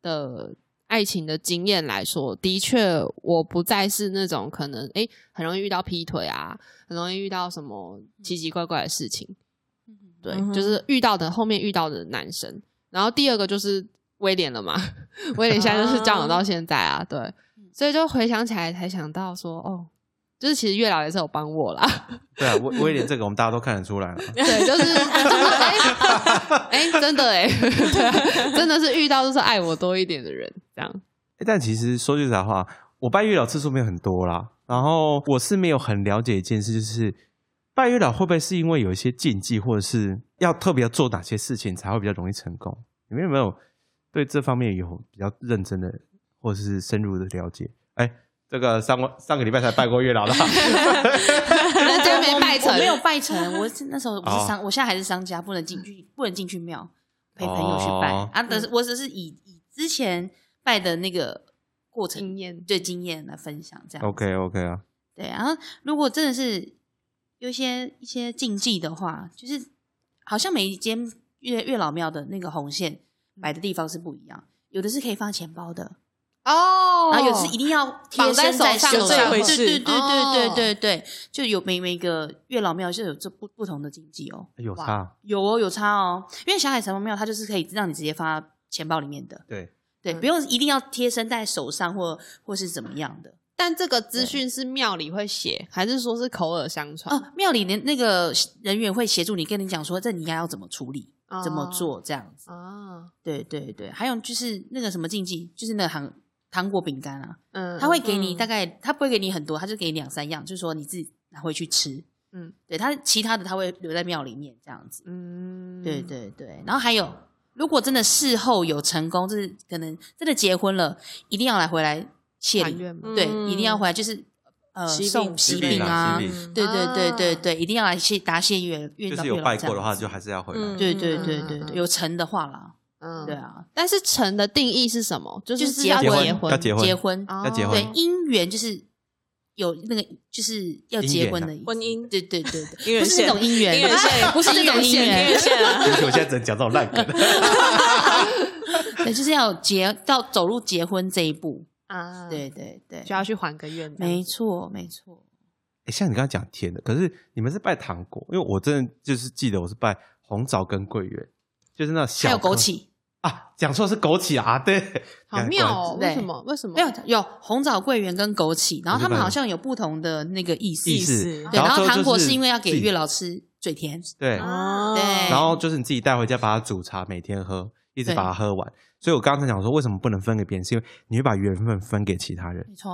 A: 的爱情的经验来说，的确我不再是那种可能诶、很容易遇到劈腿啊，很容易遇到什么奇奇怪怪的事情。对，
D: 嗯哼
A: 就是遇到的后面遇到的男生。然后第二个就是威廉了嘛， 威廉现在就是交往到现在啊，对，
D: 嗯
A: 所以就回想起来才想到说，哦，就是其实月老也是有帮我啦，
C: 对啊，威威廉这个我们大家都看得出来了。啊
A: 对，就是就是哎 哎、真的哎、 对啊、真的是遇到就是爱我多一点的人，这样，
C: 欸但其实说句实在话，我拜月老次数没有很多啦。然后我是没有很了解一件事，就是拜月老会不会是因为有一些禁忌，或者是要特别做哪些事情才会比较容易成功？你们有没有对这方面有比较认真的或者是深入的了解？哎、这个上个上个礼拜才拜过月老 啦，
A: 人家没拜
B: 我
A: 成
B: 没，有拜成，我是那时候我是商，我现在还是商家，不能进去，不能进去庙陪朋友去拜、
C: 哦
B: 啊。但是我只是以以之前拜的那个过程
A: 经验
B: 对经验来分享这样子。
C: OK OK 啊，
B: 对，然后如果真的是有一些一些禁忌的话，就是好像每一间月月老庙的那个红线
A: 嗯
B: 摆的地方是不一样，有的是可以放钱包的，
A: 哦
B: 然后有的是一定要贴
A: 绑在
B: 身在
A: 手上
B: 身
A: 有
D: 这
B: 上，
D: 回
B: 对
D: 事
B: 对对对
A: 哦
B: 对对对，就有每每个月老庙就有这不不同的禁忌哦，
C: 有
B: 哇
C: 差
B: 有哦有差哦，因为小海城隍庙它就是可以让你直接放到钱包里面的，
C: 对，
B: 对，
A: 嗯
B: 不用一定要贴身在手上或或是怎么样的。
A: 但这个资讯是庙里会写，还是说是口耳相传？
B: 哦，庙里的那个人员会协助你，跟你讲说这你应该要怎么处理、怎么做这样子。
A: 啊？
B: 对对对，还有就是那个什么禁忌，就是那个糖糖果饼干啊，
A: 嗯，
B: 他会给你
D: 嗯
B: 大概，他不会给你很多，他就给你两三样，就是说你自己拿回去吃。
A: 嗯
B: 嗯，对他其他的他会留在庙里面这样子。
A: 嗯，
B: 对对对，然后还有，如果真的事后有成功，就是可能真的结婚了，一定要来回来谢
A: 还
B: 礼，
A: 愿嘛，
B: 对，
D: 嗯
B: 一定要回来，就是呃
D: 喜饼
B: 送
D: 喜
B: 喜
C: 饼
B: 饼
C: 啊
B: 啊
C: 喜，饼
D: 嗯
B: 对对对对
A: 啊
B: 对，一定要来谢答谢月月
C: 就是
B: 老
C: 有
B: 月老
C: 拜
B: 这
C: 过的
B: 样
C: 话，
B: 子
C: 就还是要回来。
D: 嗯
B: 对对对
A: 嗯
B: 对
A: 嗯嗯
B: 对，有成的话啦，
A: 嗯
B: 对。啊，
A: 但是成的定义是什么？就是
B: 就是
A: 要
B: 结婚
A: 结
C: 要结婚
B: 结婚
A: 哦
C: 要结婚
B: 对姻缘就是有那个就是要
C: 姻
B: 结
C: 缘
B: 婚
C: 啊
B: 的意思
D: 婚姻
B: 对对对对，
D: 姻缘
B: 不是那
D: 线
B: 种姻缘，
D: 姻缘线
B: 不是那种姻
D: 姻缘
B: 缘，
D: 线哦啊，
C: 而且我现在只能讲这种烂梗。
B: 对，就是要结到走入结婚这一步，
A: 啊，
D: 嗯
B: 对，对对，
A: 就要去还个愿。
B: 没错没错，
C: 欸，像你刚刚讲甜的，可是你们是拜糖果，因为我真的就是记得我是拜红枣跟桂圆，就是那小
B: 还有枸
C: 颗
B: 杞，
C: 啊，讲错是枸杞啊，对，
A: 好妙哦！
B: 对
A: 为什么？为什么？
B: 没有有红枣、桂圆跟枸杞，然后他们
C: 我就看
B: 好像有不同的那个意思
C: 意，
D: 思
C: 思。
B: 对，然
C: 之
B: 后
C: 就
B: 糖果
C: 是
B: 是因为要给
C: 自己
B: 月老吃嘴甜，
C: 对，
A: 啊
D: 哦
B: 对
C: 然后就是你自己带回家把它煮茶，每天喝，一直
B: 对
C: 把它喝完。所以我刚才讲说，为什么不能分给别人，是因为你会把缘分分给其他人，
B: 没错。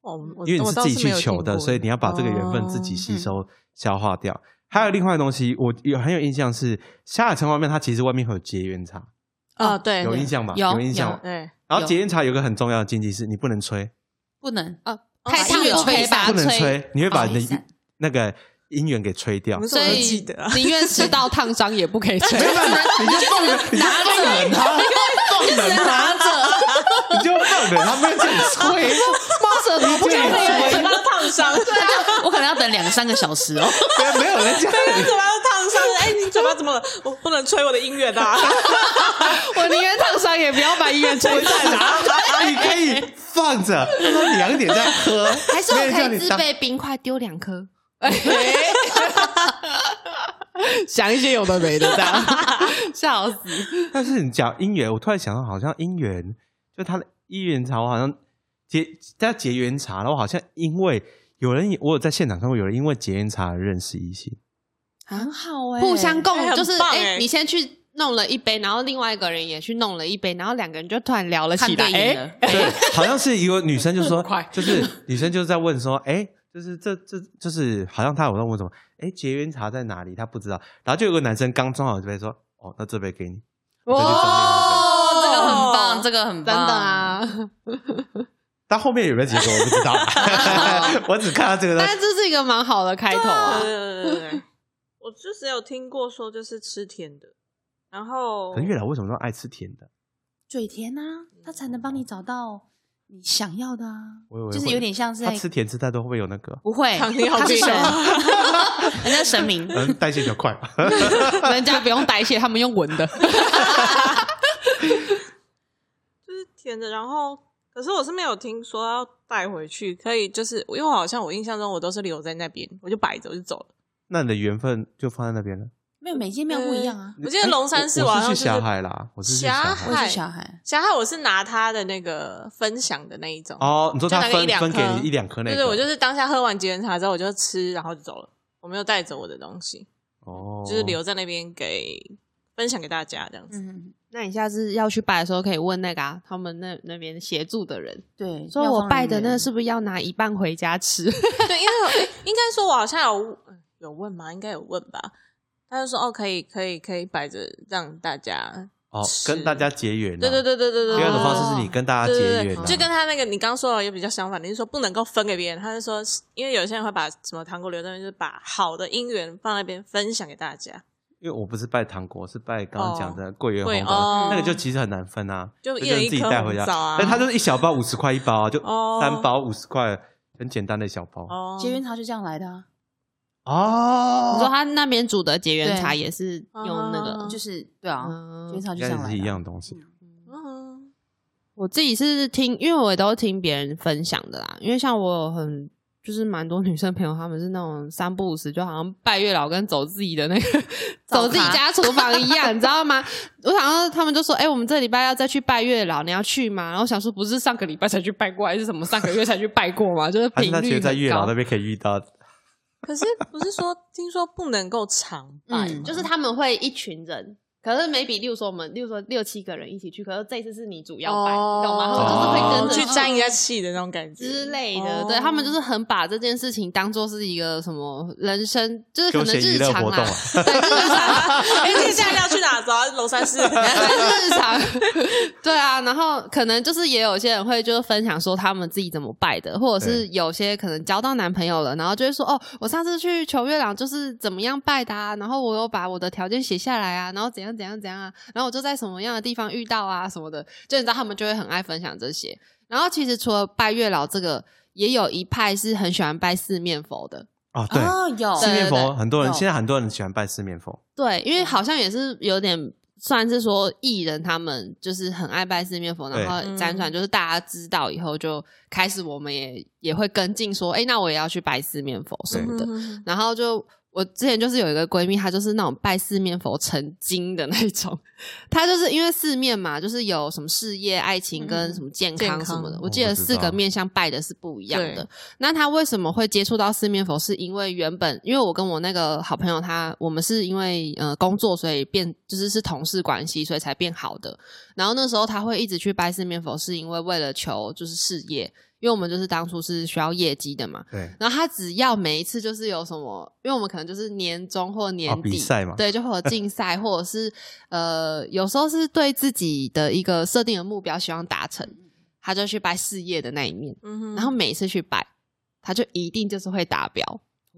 D: 哦 我
C: 因为你
D: 我
C: 是
D: 倒
C: 自己
D: 没
C: 去
D: 有
C: 求
D: 听
C: 的，
D: 过哦
C: 所以你要把这个缘分自己吸收、消化掉。还有另外的东西，我有很有印象是夏尔城隍庙，它其实外面会有结缘茶，
D: 啊，对，
C: 有
D: 对
C: 印象吗？
B: 有
C: 印象
B: 有
C: 吗。
D: 对，
C: 然后结烟茶有一个很重要的禁忌是，你不能吹，
B: 不能
A: 啊，
D: 太
A: 烫了
B: 不可以
A: 吹吧
C: 不能吹，你会把
B: 哦
C: 你
B: 雨
C: 的
B: 伞
C: 那个姻缘给吹掉
D: 你。们怎
A: 所
D: 么都
A: 以
D: 记得啊？
A: 宁愿吃到烫伤也不可以吹。
C: 你就放着，你就放冷 它，放冷啊它， 你就放冷啊它，不要这样 吹。
A: 猫舌头不可以吹，
D: 嘴巴烫伤，对啊，
B: 我可能要等两三个小时哦。
C: 没啊有没有人家，
D: 嘴巴烫伤， 哎，你嘴巴怎么了？我不能吹我的音乐的 啊，
A: 我宁愿烫伤也不要把医院吹散啊！
C: 你可以放着，放到两点再喝。
A: 还是
C: 没
A: 我
C: 人叫
A: 可以
C: 你
A: 自
C: 当
A: 备冰块丢两颗。 想一些有的没的，这样 笑死！
C: 但是你讲姻缘，我突然想到，好像姻缘就他的姻缘茶，我好像结他结缘茶，然后好像因为有人，我有在现场看过有人因为结缘茶而认识异性。
B: 很好哎、
A: 互相
D: 哎
A: 共
D: 很
A: 就是
D: 棒
A: 哎、
D: 哎
A: 你先去弄了一杯，然后另外一个人也去弄了一杯，然后两个人就突然聊了
B: 看
A: 起来。
B: 对眼
A: 哎、
B: 了，
C: 对，好像是有女生就说
A: 很快，
C: 就是女生就在问说，哎、就是这这就是好像她有在问什么，哎、结缘茶在哪里？她不知道。然后就有个男生刚装好这杯说，哦，那这杯给你。
A: 哇
C: 对就找
B: 哦，这个很棒，
D: 哦
B: 这个很
A: 真
B: 棒，
A: 的！啊！
C: 但后面有没有结果我不 知道， 我只看到这个东
A: 但
C: 西。
A: 是这是一个蛮好的开
C: 哦
A: 头啊。
D: 对对对对，我就是有听过说，就是吃甜的，然后
C: 可是月老为什么那么爱吃甜的？
B: 嘴甜啊，他才能帮你找到你想要的啊，
C: 我以为
B: 就是
C: 会
B: 有点像是
C: 他
B: 在
C: 吃甜吃蛋都会不会有那个？
B: 不会，
D: 糖尿
B: 他是
D: 病
B: 神
D: 啊，
B: 人家神明，
C: 嗯，代谢比较快。
A: 人家不用代谢，他们用闻的。
D: 就是甜的。然后，可是我是没有听说要带回去，可以就是因为我好像我印象中我都是留在那边，我就摆着我就走了。
C: 那你的缘分就放在那边了。
B: 没有每间庙不一样啊。
D: 我记得龙山寺
C: 我
D: 好
C: 我是
D: 像就
C: 去
D: 是
C: 霞海啦，我是去霞
D: 霞
C: 海
D: 海。
B: 我是小孩，
D: 霞海我是拿他的那个分享的那一种，
C: 哦，你说他
D: 就拿个
C: 分
D: 一两颗
C: 分给你一两颗那
D: 对
C: 个？
D: 对，我就是当下喝完吉人茶之后，我就吃，然后就走了，我没有带走我的东西，
C: 哦，
D: 就是留在那边给分享给大家这样子。
B: 嗯，
A: 那你下次要去拜的时候，可以问那个、啊、他们那那边协助的人，
B: 对，
A: 说
B: 庙
A: 我
B: 方
A: 拜的
B: 人员
A: 那是不是要拿一半回家吃？
D: 对，因为我诶应该说，我好像有嗯有问吗？应该有问吧。他就说哦，可以，可以，可以摆着让大家，
C: 哦，
D: 是
C: 跟大家结缘啊。
D: 对对对对对对，
C: 第二种
D: 对
C: 方式
A: 哦
C: 是你跟大家
D: 对
C: 结
D: 对
C: 缘
D: 对
C: 啊，
D: 就跟他那个你刚说的也比较相反的，你是说不能够分给别人，他是说是因为有些人会把什么糖果留在那边，就是把好的姻缘放在那边分享给大家，
C: 因为我不是拜糖果，是拜刚刚讲的桂圆
D: 对
C: 红包，
D: 哦，
C: 那个就其实很难分啊，
D: 就
C: 这
D: 一
C: 就
D: 人
C: 是
D: 一
C: 自己
D: 颗
C: 带回家
D: 红枣啊。
C: 但它就是一小包五十块一包啊，就
D: 哦
C: 三包五十块，很简单的小包
D: 哦，
B: 结缘茶就这样来的啊，
C: 哦。
A: 你说他那边煮的结缘茶
B: 对
A: 也是用那个
D: 哦，
B: 就是对啊，
A: 嗯
B: 结缘，茶
C: 应
B: 就
C: 该
B: 这样
C: 也
B: 来
C: 是一
B: 的啊。
C: 样的东西，
A: 哦
D: 嗯，
A: 我自己是听，因为我也都听别人分享的啦。因为像我有很就是蛮多女生朋友，她们是那种三不五时就好像拜月老跟走自己的那个
D: 早
A: 走自己
D: 咖
A: 家厨房一样，你知道吗？我想要他们就说：“哎、我们这礼拜要再去拜月老，你要去吗？”然后我想说，不是上个礼拜才去拜过，还是什么上个月才去拜过吗？就是
C: 还是
A: 频
C: 他觉
A: 率
C: 得在
A: 很
C: 月老
A: 高
C: 那边可以遇到
D: 可是不是说听说不能够常拜
B: 嗯
D: 吗，
A: 就是他们会一群人，可是 maybe 例如说我们，例如说六七个人一起去，可是这一次是你主要拜，你懂吗？
C: 哦
A: 他们就是会跟着
D: 去沾一下气的那种感觉
A: 之类的，
D: 哦
A: 对他们就是很把这件事情当做是一个什么人生，就是可
C: 休
A: 能
C: 闲娱
A: 日
C: 乐
A: 常
C: 活
A: 啦，
C: 动啊。
A: 对日 常，
D: 哎，你现在要去哪？走啊，龙山寺。
A: 对日常， 对啊。然后可能就是也有些人会就是分享说他们自己怎么拜的，或者是有些可能交到男朋友了，然后就会说哦，我上次去求月亮就是怎么样拜的啊，然后我有把我的条件写下来啊，然后怎样怎样怎样啊，然后我就在什么样的地方遇到啊什么的，就你知道他们就会很爱分享这些。然后其实除了拜月老这个，也有一派是很喜欢拜四面佛的。
C: 哦，对，
B: 哦，有
C: 四面
A: 对对嗯
C: 佛
A: 对
C: 很多人
B: 有
C: 现在很多人喜欢拜四面佛，
A: 对，因为好像也是有点算是说艺人他们就是很爱拜四面佛，
C: 对
A: 然后辗转就是大家知道以后，就开始我们也也会跟进说，哎、那我也要去拜四面佛什么的。
D: 嗯
A: 然后就我之前就是有一个闺蜜，她就是那种拜四面佛成精的那种，她就是因为四面嘛，就是有什么事业、爱情跟
D: 嗯
A: 什么健
D: 健
A: 康
D: 康
A: 什么的。
C: 哦我
A: 我记得
C: 不知
A: 四
C: 道
A: 个面相拜的是不一样的
D: 对。
A: 那她为什么会接触到四面佛？是因为原本因为我跟我那个好朋友她，我们是因为呃工作，所以变就是是同事关系，所以才变好的。然后那时候她会一直去拜四面佛，是因为为了求就是事业。因为我们就是当初是需要业绩的嘛，
C: 对，
A: 然后他只要每一次就是有什么，因为我们可能就是年终或年底、
C: 哦比赛嘛
A: 对，就会有 竞赛，或者是呃，有时候是对自己的一个设定的目标希望达成，他就去拜事业的那一面，
D: 嗯哼
A: 然后每一次去拜，他就一定就是会达标，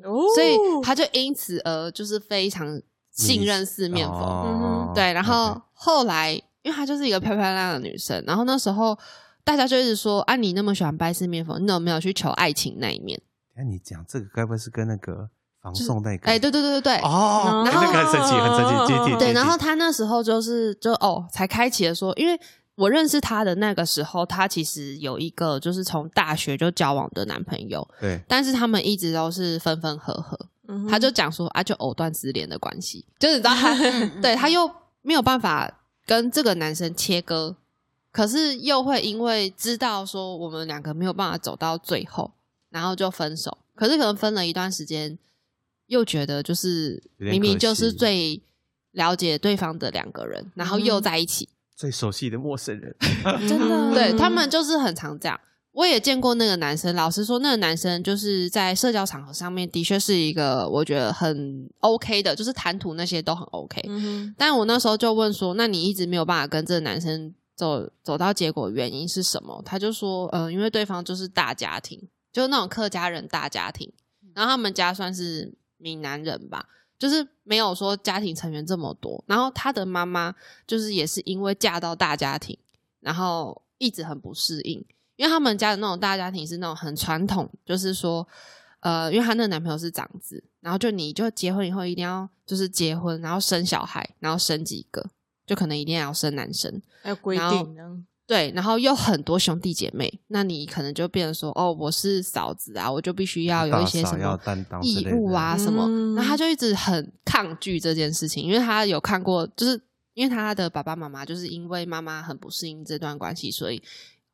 D: 哦
A: 所以他就因此而就是非常信任四面佛，嗯
C: 哦
A: 对，然后后来，因为她就是一个漂漂亮亮的女生，然后那时候大家就一直说啊，你那么喜欢拜四面佛，你有没有去求爱情那一面？
C: 哎，你讲这个该不会是跟那个防送那个？
A: 哎、对对对对对，
C: 哦，哎
A: 然后
C: 那个很神奇，很神奇，接地
A: 对，然后他那时候就是就哦，才开启了说，因为我认识他的那个时候，他其实有一个就是从大学就交往的男朋友，
C: 对，
A: 但是他们一直都是分分合合。
D: 嗯
A: 他就讲说啊，就藕断丝连的关系，就是你知道他，对他又没有办法跟这个男生切割，可是又会因为知道说我们两个没有办法走到最后，然后就分手。可是可能分了一段时间，又觉得就是
C: 有点
A: 明明
C: 可
A: 就是
C: 惜
A: 最了解对方的两个人，然后又在一起，
C: 最熟悉的陌生人，
D: 真的
A: 对他们就是很常这样。我也见过那个男生，老实说，那个男生就是在社交场合上面的确是一个我觉得很 OK 的，就是谈吐那些都很 OK。
D: 嗯
A: 但我那时候就问说，那你一直没有办法跟这个男生走走到结果，原因是什么？他就说，嗯、因为对方就是大家庭，就是那种客家人大家庭，然后他们家算是闽南人吧，就是没有说家庭成员这么多。然后他的妈妈就是也是因为嫁到大家庭，然后一直很不适应。因为他们家的那种大家庭是那种很传统，就是说，呃，因为她那个男朋友是长子，然后就你就结婚以后一定要就是结婚，然后生小孩，然后生几个，就可能一定要生男生，
D: 还有规
A: 然后
D: 定呢。
A: 对，然后又很多兄弟姐妹，那你可能就变成说，哦，我是嫂子啊，我就必须 要有一些
C: 大嫂
A: 什
C: 要
A: 么
C: 担当之
A: 义
C: 类
A: 务
C: 的
A: 啊
D: 之类的
A: 什么，
D: 嗯
A: 那他就一直很抗拒这件事情，因为他有看过，就是因为他的爸爸妈妈就是因为妈妈很不适应这段关系，所以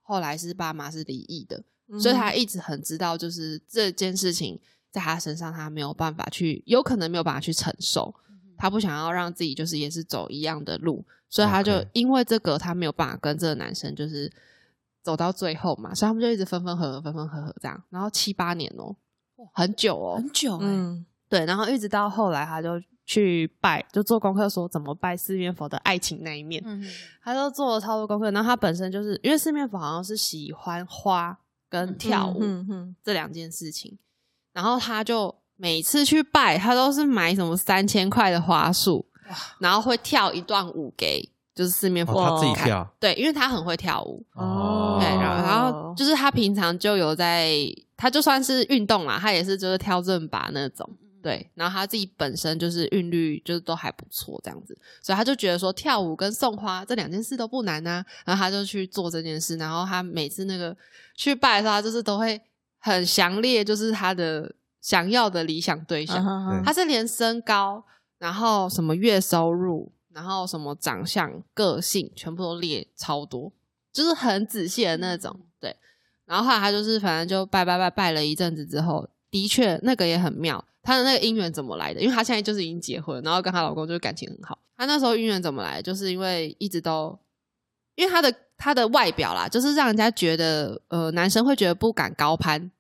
A: 后来是爸妈是离异的，
D: 嗯
A: 所以他一直很知道，就是这件事情在他身上，他没有办法去，有可能没有办法去承受，他不想要让自己就是也是走一样的路，所以他就
C: OK
A: 因为这个，他没有办法跟这个男生就是走到最后嘛，所以他们就一直分分合合，分分合合这样，然后七八年哦、很久哦、
B: 很久哎、
D: 嗯，
A: 对，然后一直到后来，他就去拜，就做功课说怎么拜四面佛的爱情那一面，
B: 嗯，
A: 他都做了超多功课。然后他本身就是因为四面佛好像是喜欢花跟跳舞，
D: 嗯嗯
A: 这两件事情，然后他就每次去拜，他都是买什么三千块的花束，然后会跳一段舞给就是四面佛、
C: 哦，他自己
A: 看，
C: 跳
A: 对，因为他很会跳舞，
D: 哦
A: 对，然
D: 哦
A: 后然后就是他平常就有在，他就算是运动啦，他也是就是跳正把那种。
D: 嗯
A: 对，然后他自己本身就是韵律就是都还不错这样子，所以他就觉得说跳舞跟送花这两件事都不难啊，然后他就去做这件事，然后他每次那个去拜的时候，他就是都会很强烈，就是他的想要的理想对象，
D: 嗯，
A: 他是连身高，然后什么月收入，然后什么长相、个性，全部都列超多，就是很仔细的那
D: 嗯
A: 种。对，然后后来他就是反正就拜拜拜拜了一阵子之后，的确那个也很妙，他的那个姻缘怎么来的？因为他现在就是已经结婚，然后跟她老公就是感情很好。他那时候姻缘怎么来的？就是因为一直都，因为他的他的外表啦，就是让人家觉得呃，男生会觉得不敢高攀。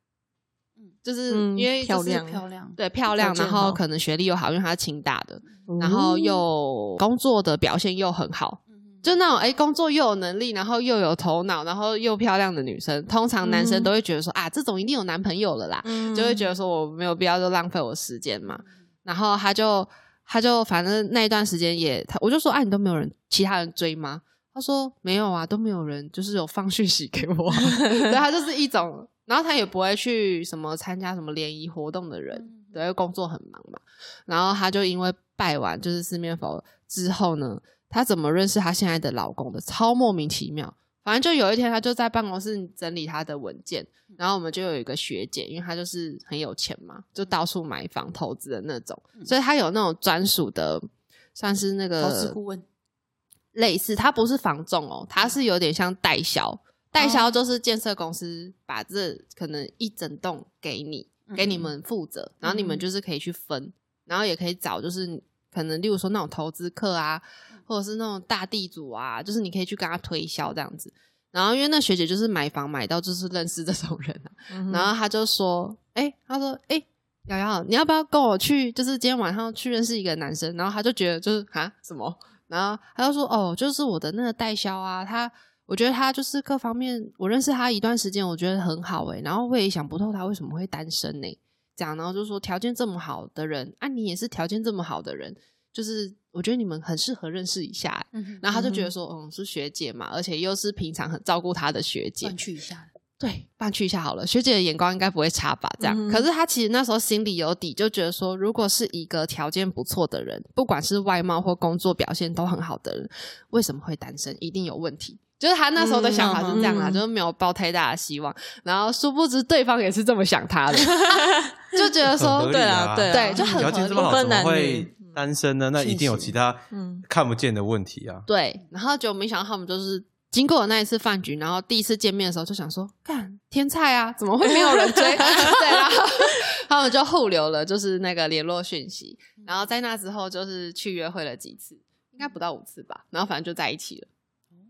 A: 就是
D: 嗯
A: 因为、就是
D: 漂亮
B: 漂亮，
A: 对，漂亮，
D: 条
A: 然
D: 件
A: 后
D: 好
A: 可能学历又好，因为他是清大的，
D: 嗯
A: 然后又工作的表现又很好，
B: 嗯
A: 就那种哎，工作又有能力，然后又有头脑，然后又漂亮的女生，通常男生
D: 嗯
A: 都会觉得说、啊，这种一定有男朋友了啦，就会觉得说我没有必要就浪费我时间嘛。
B: 嗯
A: 然后他就他就反正那一段时间也，他我就说啊，你都没有人其他人追吗？他说没有啊，都没有人，就是有放讯息给我啊， 对他就是一种，然后他也不会去什么参加什么联谊活动的人，
B: 嗯
A: 对，因为工作很忙嘛。然后他就因为拜完就是四面佛之后呢，她怎么认识她现在的老公的？超莫名其妙。反正就有一天，她就在办公室整理她的文件，
B: 嗯
A: 然后我们就有一个学姐，因为她就是很有钱嘛，
B: 嗯
A: 就到处买房投资的那种，所以她有那种专属的，算是那个
B: 投资嗯顾问，
A: 类似，它不是房仲哦，它是有点像代销。
B: 哦
A: 代销就是建设公司把这可能一整栋给你，
B: 嗯
A: 给你们负责，然后你们就是可以去分，然后也可以找就是你可能例如说那种投资客啊，或者是那种大地主啊，就是你可以去跟他推销这样子。然后因为那学姐就是买房买到就是认识这种人啊，
D: 嗯
A: 然后他就说：“哎、他说，哎、瑶瑶，你要不要跟我去？就是今天晚上去认识一个男生。”然后他就觉得就是啊什么，然后他就说：“哦，就是我的那个代销啊，他我觉得他就是各方面，我认识他一段时间，我觉得很好哎、然后我也想不透他为什么会单身呢、这样，然后就说条件这么好的人，啊，你也是条件这么好的人，就是我觉得你们很适合认识一下欸、
B: 嗯，
A: 然后他就觉得说，嗯，是学姐嘛，而且又是平常很照顾他的学姐
B: 转，去一下，
A: 对，哎办去一下好了。学姐的眼光应该不会差吧？这样，
D: 嗯哼
A: 可是她其实那时候心里有底，就觉得说，如果是一个条件不错的人，不管是外貌或工作表现都很好的人，为什么会单身？一定有问题。就是她那时候的想法是这样啦，
D: 嗯嗯
A: 就是没有抱太大的希望。然后殊不知对方也是这么想 她的，就觉得
C: 很合
A: 说
C: 理
D: 对
C: 啊
D: 啦对
A: 对
D: 啦，
A: 就很
C: 条
A: 合
C: 件这
A: 理
C: 么好，
D: 不
C: 怎
D: 分
C: 么
D: 男
C: 会
D: 女
C: 单身呢？那一定有其他
D: 嗯
C: 看不见的问题啊。
A: 对。然后就没想到他们就是。经过了那一次饭局，然后第一次见面的时候就想说，干天菜啊，怎么会没有人追？ 对啊，他们就互留了，就是那个联络讯息。然后在那之后，就是去约会了几次，应该不到五次吧。然后反正就在一起了，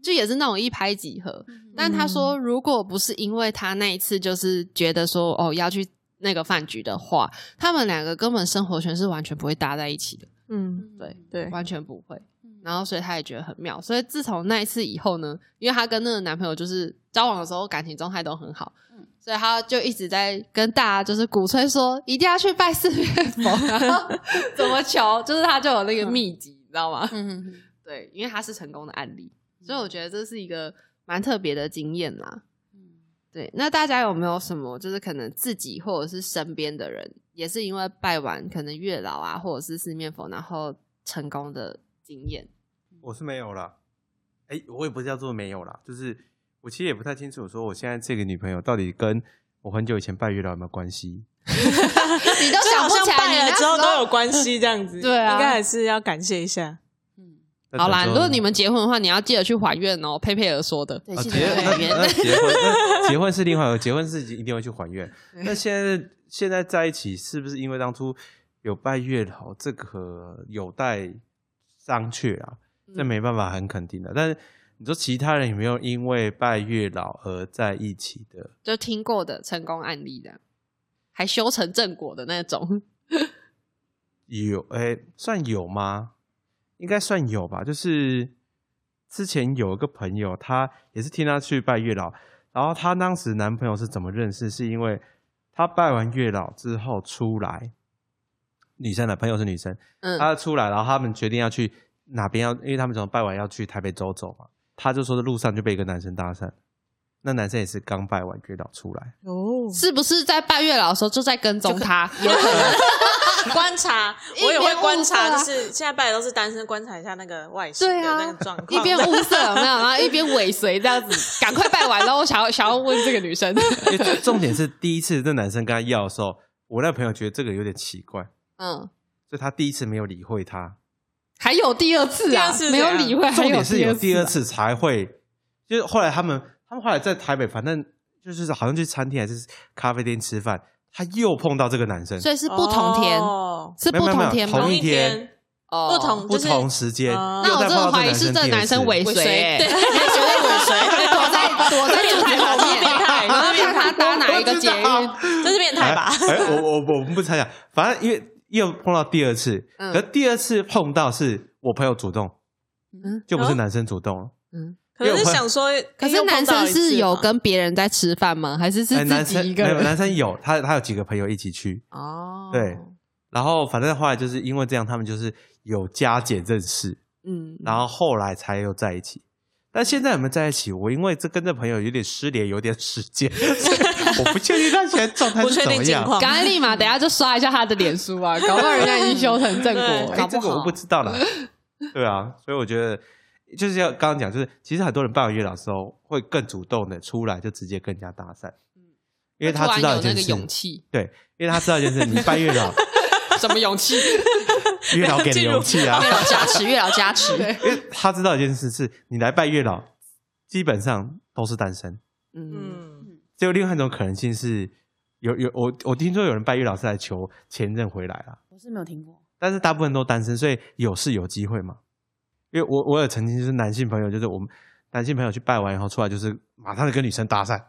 A: 就也是那种一拍即合。但他说，如果不是因为他那一次就是觉得说哦要去那个饭局的话，他们两个根本生活圈是完全不会搭在一起的，
D: 嗯，
A: 对
D: 对，
A: 完全不会。
B: 嗯，
A: 然后所以她也觉得很妙。所以自从那一次以后呢，因为她跟那个男朋友就是交往的时候感情状态都很好，
B: 嗯
A: 所以她就一直在跟大家就是鼓吹说一定要去拜四面佛， 然后怎么求，就是她就有那个秘籍，你知道吗？
B: 嗯嗯
A: 对，因为她是成功的案例，所以我觉得这是一个蛮特别的经验啦。
B: 嗯，
A: 对，那大家有没有什么就是可能自己或者是身边的人，也是因为拜完可能月老啊，或者是四面佛，然后成功的经验？
C: 我是没有啦，哎、我也不是叫做没有啦，就是我其实也不太清楚，说我现在这个女朋友到底跟我很久以前拜月老有没有关系？
A: 你都
D: 就
A: 想
D: 好
A: 不
D: 像
A: 起来，
D: 拜
A: 你
D: 了
A: 那
D: 之后
A: 时
D: 都有关系这样子，
A: 对啊
D: 应该还是要感谢一下。
B: 嗯，
A: 好啦，
C: 但
A: 如
C: 想说
A: 果你们结婚的话，你要记得去还愿哦。佩佩儿说的，
B: 对，
C: 啊，
B: 记
C: 结
B: 得有
C: 那
B: 点
C: 那
B: 远。
C: 结婚那结婚是另外一个，结婚是一定会去还愿。那现在现在在一起，是不是因为当初有拜月老，这个有待商榷啊？这没办法很肯定的。但是你说其他人有没有因为拜月老而在一起的？
A: 就听过的成功案例的，还修成正果的那种。
C: 有，哎、算有吗？应该算有吧。就是之前有一个朋友，她也是听她去拜月老，然后她当时男朋友是怎么认识？是因为她拜完月老之后出来，女生的啊朋友是女生，
A: 嗯，
C: 她出来，然后他们决定要去哪边要，因为他们从拜完要去台北走走嘛。她就说在路上就被一个男生搭讪，那男生也是刚拜完月老出来，
D: 哦，
A: 是不是在拜月老的时候就在跟踪他？有可能，
D: 观察，
A: 一
D: 我也会
A: 边
D: 观
A: 问
D: 察，
A: 话
D: 就是现在拜的都是单身，观察一下那个外形的
A: 对
D: 那
A: 啊
D: 个状况，
A: 一边物色有没有，然后一边尾随这样子，赶快拜完喽！我想要想要问这个女生，
C: 因为重点是第一次这男生跟她要的时候，我那朋友觉得这个有点奇怪。
A: 嗯，
C: 所以他第一次没有理会 他，
A: 还有第二次啊，
D: 第二次
A: 没有理会，还
C: 重点是有第二
A: 次
C: 次啊才会，就是后来他们他们后来在台北，反正就是好像去餐厅还是咖啡店吃饭，他又碰到这个男生
A: 啊，，所以是不同天，
D: 哦
A: 是
C: 没有
A: 不
C: 没有没有
A: 同天吗
C: 同？
D: 同
C: 一
D: 一
C: 天
D: 天，
A: 哦
D: 不同
C: 不
D: 就是
C: 同时间，
D: 哦
A: 那
C: 又
A: 我
C: 再
A: 真的
C: 碰到
A: 怀疑是
C: 这
A: 这
C: 第二
A: 男
C: 次
A: 生尾随、欸，
D: 对，绝对尾随，
A: 躲在 躲在住台后面，
D: 变 态
A: 然后看他搭哪一个捷
C: 我知
A: 运
C: 道。
D: 这是变态吧？
C: 哎，哎我我我们不参加，反正因为又碰到第二次，
A: 嗯
C: 可第二次碰到是我朋友主动，
A: 嗯
C: 就不是男生主动了。
A: 嗯，
D: 哎可能是想说，
A: 可是男生是有
D: 跟
A: 跟别人在吃饭吗？还是是
C: 哎
A: 自
C: 男
A: 己
C: 生
A: 一个
C: 没有
A: 人？
C: 男生有他他有几个朋友一起去，
A: 哦，
C: 对然后反正后来就是因为这样，他们就是有加减认识，
A: 嗯，
C: 然后后来才又在一起。但现在有没有在一起？我因为这跟这朋友有点失联，有点时间， 所以我不确定他现在状态
D: 不
C: 是
D: 确
C: 怎
D: 定
C: 么
D: 情
C: 样。
D: 况，
A: 赶快立马等一下就刷一下他的脸书 啊，搞不好人家已经修成正果，
D: 对
C: 哎
A: 搞，
C: 这个我
A: 好
C: 不。知道了。对啊，所以我觉得就是要刚刚讲，就是其实很多人拜完月老之后会更主动的出来，就直接跟人家搭讪，因为他
A: 突
C: 知道
A: 然有
C: 一
A: 嗯
C: 件
A: 那个
C: 事，
A: 勇气，
C: 对，因为他知道一件事，你拜月 老，
A: 什么勇 气？
C: 月老给你勇气啊，
A: 月老加持，月老加持。
C: 因为他知道一件事是，你来拜月老，基本上都是单身。
A: 嗯，
D: 嗯，
C: 只有另外一种可能性是，有有我我听说有人拜月老是来求前任回来啦，
B: 我是没有听过，
C: 但是大部分都单身，所以有是有机会嘛。因为我我有曾经就是男性朋友，就是我们男性朋友去拜完以后出来，就是马上就跟女生搭讪，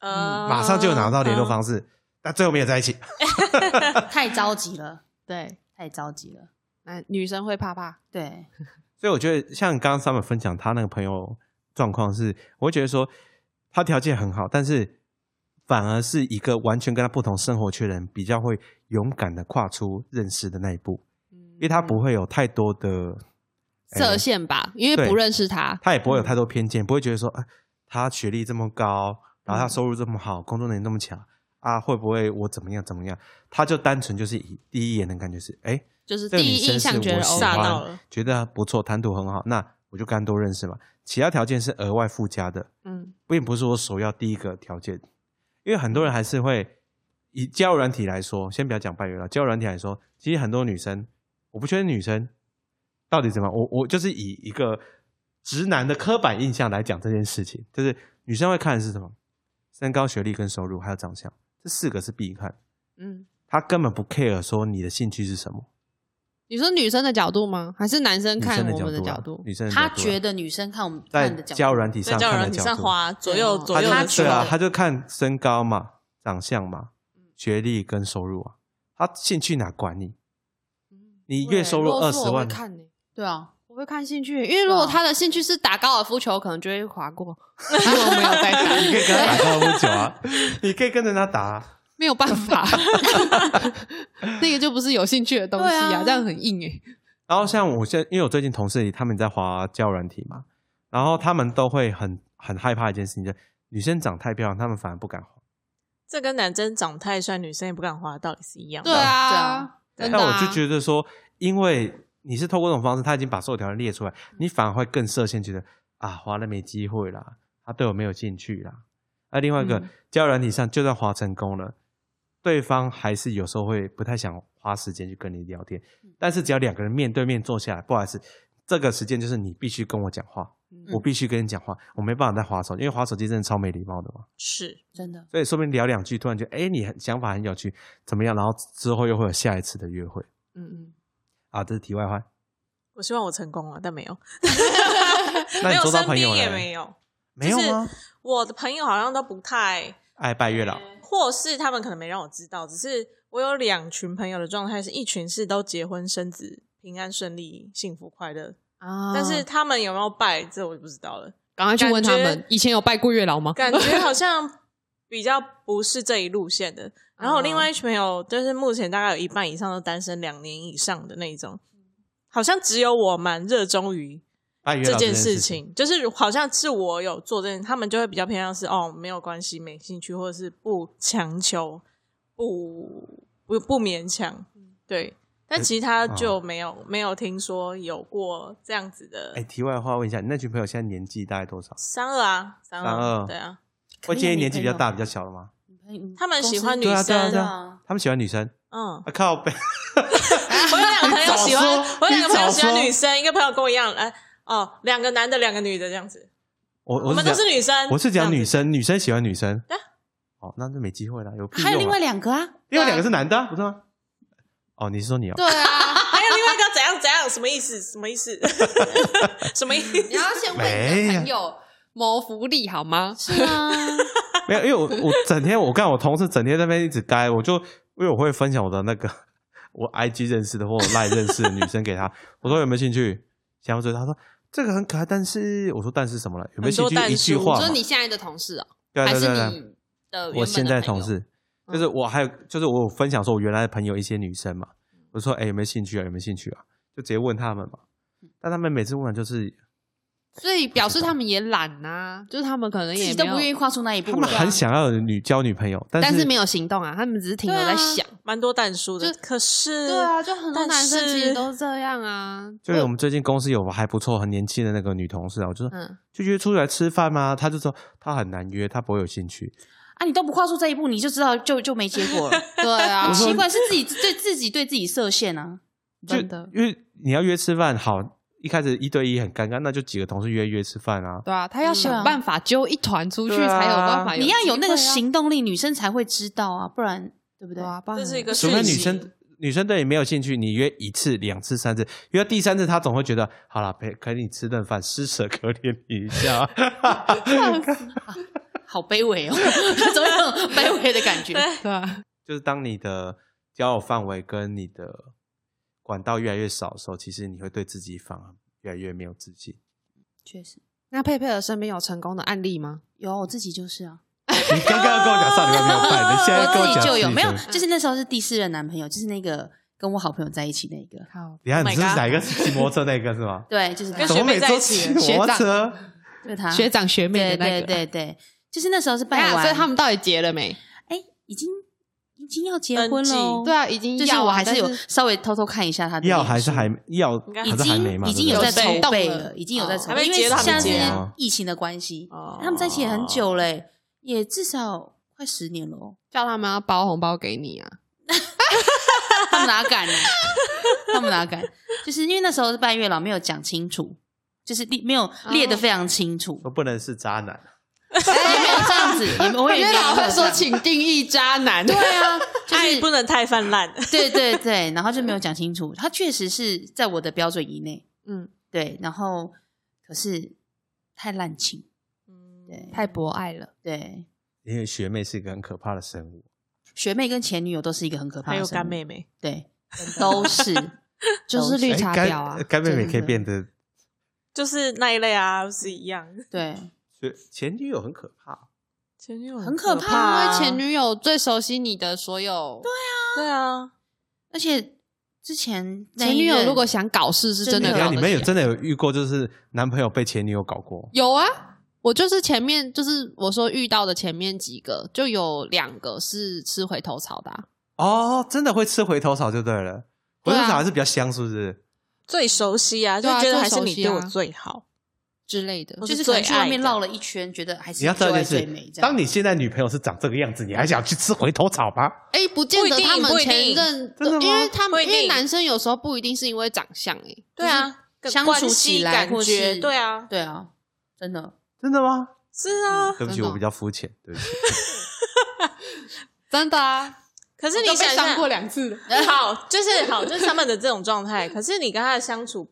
D: 呃
C: 马上就拿到联络，方式，但最后没有在一起。
B: 太着急 了，
A: 对，
B: 太着急了。
A: 那女生会怕怕，
B: 对，
C: 所以我觉得，像刚刚 Summer 分享他那个朋友状况是，我会觉得说他条件很好，但是反而是一个完全跟他不同生活圈的人，比较会勇敢的跨出认识的那一步，
A: 因
C: 因为他
A: 嗯
C: 不会有太多的，
A: 设限吧，因为
C: 对
A: 不认识他。
C: 他也不会有太多偏见，不会觉得说，啊，他学历这么高，然后他收入这么好，工作能力那么强。啊，会不会我怎么样怎么样？他就单纯就是以第一眼的感觉是，哎，
A: 就是
C: 这
A: 第
C: 个女
A: 一印
C: 生是
A: 象觉得
C: 我喜
D: 喜吓到
A: 哦，
C: 欢
D: 了，
C: 觉得不错，谈吐很好，那我就干多认识嘛。其他条件是额外附加的，
A: 嗯，
C: 并不是我首要第一个条件，因为很多人还是会以交友软体来说，先不要讲拜月老，交友软体来说，其实很多女生，我不确定女生到底怎么样，我我就是以一个直男的刻板印象来讲这件事情，就是女生会看的是什么，身高、学历跟收入，还有长相，这四个是必看，
A: 嗯，
C: 她根本不 care 说你的兴趣是什么，
A: 你说女生的角度吗？还是男生
C: 女
A: 看
C: 生的
A: 我们的
C: 角
A: 角
C: 度啊
A: 度，？
C: 女生的
B: 他
C: 角度啊
B: 觉得女生看我们
C: 在
B: 看的角
C: 交友
B: 度，
C: 软体
D: 在
C: 上
D: 交友
C: 看的
D: 软体
C: 角
D: 上
C: 度，
D: 滑左右
B: 他
D: 左右
C: 就
D: 的
B: 他
C: 是对啊，
D: 角
C: 他就看身高嘛、长相嘛、学历跟收入啊，他兴趣哪管你？
A: 嗯
C: 你月收入
A: 如果
C: 二
A: 是
C: 十
A: 我会
C: 万，
A: 看呢，
B: 对啊，
A: 我会看兴趣，因为如果他的兴趣是打高尔夫球，可能就会划过， 因为我没有在
C: 你可以跟他打
A: 打，
C: 高尔夫球啊，你可以跟着他打、啊。
A: 没有办 法，那个就不是有兴趣的东西
B: 对
A: 啊，
B: 啊
A: 这样很硬哎。
C: 然后像我现在，因为我最近同事里他们在滑交友软体嘛，然后他们都会很很害怕一件事情，就是女生长太漂亮，她们反而不敢滑。
D: 这跟男生长太帅，女生也不敢滑，到底是一样的。
A: 对
B: 对
A: 啊
B: 啊，
A: 真的
C: 但
A: 啊
C: 我就觉得说，因为你是透过这种方式，他已经把所有条件列出来，你反而会更设限，觉得啊，滑了没机会啦，他对我没有兴趣啦。那、另外一个、
D: 嗯
C: 交友软体上，就算滑成功了，对方还是有时候会不太想花时间去跟你聊天，但是只要两个人面对面坐下来，不好意思，这个时间就是你必须跟我讲话，嗯我必须跟你讲话，我没办法再滑手，因为滑手机真的超没礼貌的嘛。
D: 是
B: 真的，
C: 所以说不定聊两句，突然觉得哎，你很想法很有趣，怎么样？然后之后又会有下一次的约会
D: 嗯嗯，
C: 啊，这是题外话。
D: 我希望我成功了，啊但没有，
C: 那
D: 没
C: 你
D: 有
C: 做到
D: 身
C: 朋
D: 边
C: 友
D: 也
C: 嘞
D: 没有，
C: 没有吗？
D: 我的朋友好像都不太，
C: 哎，拜月老，
D: 或是他们可能没让我知道，只是我有两群朋友的状态是，一群是都结婚生子，平安顺利、幸福快乐，
A: 啊
D: 但是他们有没有拜，这我就不知道了。
A: 赶快去问他
D: 感
A: 们
D: 觉，
A: 以前有拜过月老 吗？
D: 感觉好像比较不是这一路线 的。然后我另外一群朋友，就是目前大概有一半以上都单身两年以上的那一种，好像只有我蛮热衷于
C: 拜月老
D: 这件
C: 事
D: 事，情，嗯就是好像是我有做这件，他们就会比较偏向是哦，没有关系，没兴趣，或者是不强求，不不不勉强，对。但其他就没有、没有听说有过这样子的
C: 哎，题外话问一下，你那群朋友现在年纪大概多少？
D: 三二啊，三
C: 三二
D: 对啊，
C: 会介意年纪比较大、比
B: 可
C: 较小的吗？
B: 嗯
D: 他们喜欢
B: 公
D: 女
B: 司
C: 对
D: 生，
C: 啊，对啊，对啊
B: 啊，
C: 他们喜欢女生
D: 嗯，
C: 啊，靠背。
D: 我有两个朋友喜欢
C: 你早说，
D: 我有两个朋友喜
C: 你早
D: 欢
C: 说
D: 女生，一个朋友跟我一样，哎、哦，两个男的，两个女的这样子，
C: 我
D: 我
C: 我
D: 们
C: 讲
D: 都是女生，
C: 我是讲女
D: 生，
C: 生，女生喜欢女生
D: 啊。
C: 哦，那就没机会了，有屁
B: 还有
C: 用
B: 另
C: 啊
B: 外两 个啊，
C: 另外两个是男的啊，不是吗？哦，你是说你哦？
A: 对啊，
D: 还有哎另外一个怎样怎样，什么意思？什么意思？ 什么意思？
A: 你要先问你的朋友谋福利好吗？
B: 是啊，
C: 没有，因为我我整天我看我同事整天在那边一直该，我就因为我会分享我的那个我 IG 认识的或我 Line 认识的女生给她，我说有没有兴趣？想要追她说这个很可爱，但是我说但是什么了？有没有兴
D: 很
C: 趣
D: 多？但是
C: 一句话
A: 就
C: 嘛
A: 是，你现在的同事哦，
C: 对
A: 还
C: 对
A: 是
C: 对对，
A: 你的原
C: 我
A: 本
C: 现
A: 的
C: 在
A: 朋友嗯
C: 同事就是我还有就是我有分享说我原来的朋友一些女生嘛，我说哎、有没有兴趣啊？有没有兴趣啊？就直接问他们嘛，但他们每次问完就是
A: 所以表示他们也懒呐、就是他们可能
B: 自
A: 也
B: 己都
A: 没有
B: 不愿意跨出那一步啊
C: 他
B: 了，
C: 们很想要有女交女朋友，但
A: 但
C: 是
A: 是没有行动啊，他们只是停留
D: 对啊
A: 在想。
D: 蛮多蛋叔的，
A: 就
D: 可是
A: 对啊，就很多
D: 但
A: 男生其实
D: 是
A: 都这样啊。
C: 就是我们最近公司有个还不错很年轻的那个女同事啊，我就说
A: 嗯，
C: 就约出来吃饭吗？他就说他很难约，他不会有兴趣。
B: 啊，你都不跨出这一步，你就知道就就没结果了。
A: 对啊
C: 我，说
B: 奇怪，是自己对自己对自己设限啊，
C: 就
A: 真的，
C: 因为你要约吃饭，好，一开始一对一很尴尬，那就几个同事约约吃饭啊。
A: 对啊，他要
B: 对
A: 想
B: 啊
A: 办法揪一团出去，
C: 对啊
A: 才有办法
B: 你要有那个
A: 机会啊
B: 行动力，女生才会知道啊，不然对不对
A: 对？啊，不然
D: 这是一个
C: 除非女
D: 讯息
C: 生女生对你没有兴趣，你约一次、两次、三次，约到第三次，她总会觉得好了，陪陪你吃顿饭，施舍可怜你一下。
B: 好卑微哦， 怎么有种卑微的感觉？
D: 对
A: 对啊，
C: 就是当你的交友范围跟你的管道越来越少的时候，其实你会对自己反而越来越没有自信。
B: 确实
A: 那佩佩尔身边有成功的案例吗？
B: 有，我自己就是啊，
C: 你刚刚跟我讲上礼拜没有办，你现在跟我
B: 我自
C: 讲
B: 己就有，
C: 自己
B: 没有
C: 成，
B: 就是那时候是第四任男朋友，就是那个跟我好朋友在一起那个，
A: 好，
C: 等一下，
D: Oh
C: 你
D: my
C: 是不是
D: god
C: 哪一个是骑摩托车那个是吗？
B: 对，就是他
D: 跟
C: 怎么
D: 学
C: 每
D: 妹在
C: 周
D: 一起
C: 骑摩托车？
B: 对他
A: 学长学妹
B: 对
A: 的那
B: 对
A: 个，
B: 对对，就是那时候是
A: 哎
B: 办
A: 呀
B: 完，
A: 所以他们到底结了没？
B: 哎已经已经要结
D: 登
B: 婚
D: 记
B: 了，
A: 对，啊，已经
B: 哦就是
A: 要啊
B: 我还是有
A: 但
B: 稍微偷偷看一下他的
C: 要
B: 脸
C: 还是
B: 书
C: 还要
D: 应该
C: 还
B: 已
C: 是还没
B: 经
C: 嘛？
B: 已经
C: 对
B: 有
C: 不对
B: 在筹备
A: 有被
B: 了，已经有在筹
D: 还
B: 备，
D: 没
B: 因为
D: 结都还没
B: 现在
D: 结
B: 是
C: 啊
B: 疫情的关系，
D: 哦
B: 他们在一起很久嘞、也至少快十年了哦。
A: 叫他们要包红包给你啊。
B: 他们哪敢呢？ 他们哪敢？就是因为那时候是半月老，没有讲清楚，就是列没有
A: 哦
B: 列得非常清楚，
C: 说不能是渣男，啊
B: 也没有这样子， 也没我也
A: 因
B: 没
A: 为
B: 有
A: 老会
B: 这
A: 说，
B: 样
A: 请定义渣 男。
B: 对啊，就
D: 爱哎不
B: 是
D: 能太泛
C: 啊
D: 滥，
B: 对对对，然后就没有讲清楚，他确实是在我的标准以内，
A: 嗯，
B: 对，然后可是太滥情，对
A: 太博爱了。
B: 对。
C: 因为学妹是一个很可怕的生物。
B: 学妹跟前女友都是一个很可怕
D: 还
B: 的
D: 有
B: 生物，
D: 干妹妹，
B: 对，都 是
A: 就是绿
C: 哎
A: 茶
C: 干
A: 婊啊
C: 干妹妹
B: 真的
C: 可以变得
D: 就是那一类啊，是一样，
B: 对，
C: 学前女友很可怕，
D: 前女友
B: 很可
D: 可
B: 怕
A: 因
D: 啊
A: 为前女友最熟悉你的所有，
D: 对啊，
B: 而且之前那一
A: 前女友
B: 任
A: 如果想搞事，是真
B: 真
A: 的
B: 的
C: 等一
A: 搞
C: 下哎
A: 得
C: 你们有
A: 起来
C: 真的有遇过就是男朋友被前女友搞过？
A: 有啊？我就是前面就是我说遇到的前面几个，就有两个是吃回头草的啊、
C: 哦，真的会吃回头草就对了，回头
A: 对啊
C: 草还是比较香，是不是？
D: 最熟悉啊，就
A: 对啊
D: 觉得
A: 最
D: 还是
A: 熟
D: 你
A: 悉
D: 对我
A: 啊
D: 最好。
A: 之类的
D: 我。
B: 就是是可能
D: 最
B: 去外
D: 爱
B: 面
D: 的
B: 绕了一圈，觉得还是
C: 你要知道
B: 旧
C: 一
B: 爱
C: 件
B: 最美
C: 事，
B: 这样。
C: 当你现在女朋友是长这个样子，你还想去吃回头草吗？
A: 哎、不见
D: 不一
A: 得
D: 定
A: 他们
D: 不一定
A: 前任
C: 真的吗
A: 因为他
D: 不
A: 们
D: 一
A: 因
D: 定
A: 为男生有时候不一定是因为长相哎、
D: 对啊，跟
B: 相
D: 关
B: 处
D: 系
B: 起来
D: 感
B: 或
D: 觉
B: 是
D: 对啊，
B: 对啊，真的
C: 真的吗？
D: 是啊。
C: 对不起，
A: 真的哦
C: 我比较肤浅，对 不起。
A: 真的啊，
D: 可是
A: 是
D: 你想一下，
A: 两次了。
D: 好，就是好，就是他们的这种状态。可是你跟他的相处，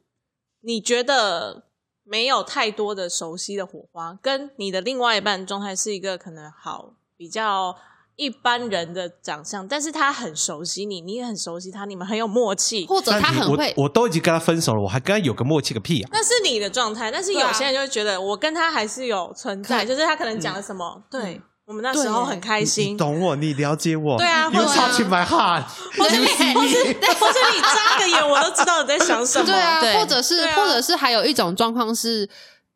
D: 你觉得没有太多的熟悉的火花，跟你的另外一半状态是一个可能好比较一般人的长相，但是他很熟悉你，你也很熟悉他，你们很有默契。
A: 或者他
C: 但你
A: 很会
C: 我，我都已经跟他分手了，我还跟他有个默契个屁啊！
D: 那是你的状态，但是
A: 对
D: 有
A: 啊
D: 些人就会觉得我跟他还是有存在，
A: 可嗯
D: 就是他可能讲了什么，对我们那时候很开
C: 你
D: 心
C: 你，懂我，你了解我，
D: 对啊
C: y o u
D: 或者
C: touch my heart，
D: 或者你或是或者 你眨个眼，我都知道你在想什么。
A: 对啊，
B: 对
A: 或者是、
D: 对啊
A: 或者是还有一种状况是，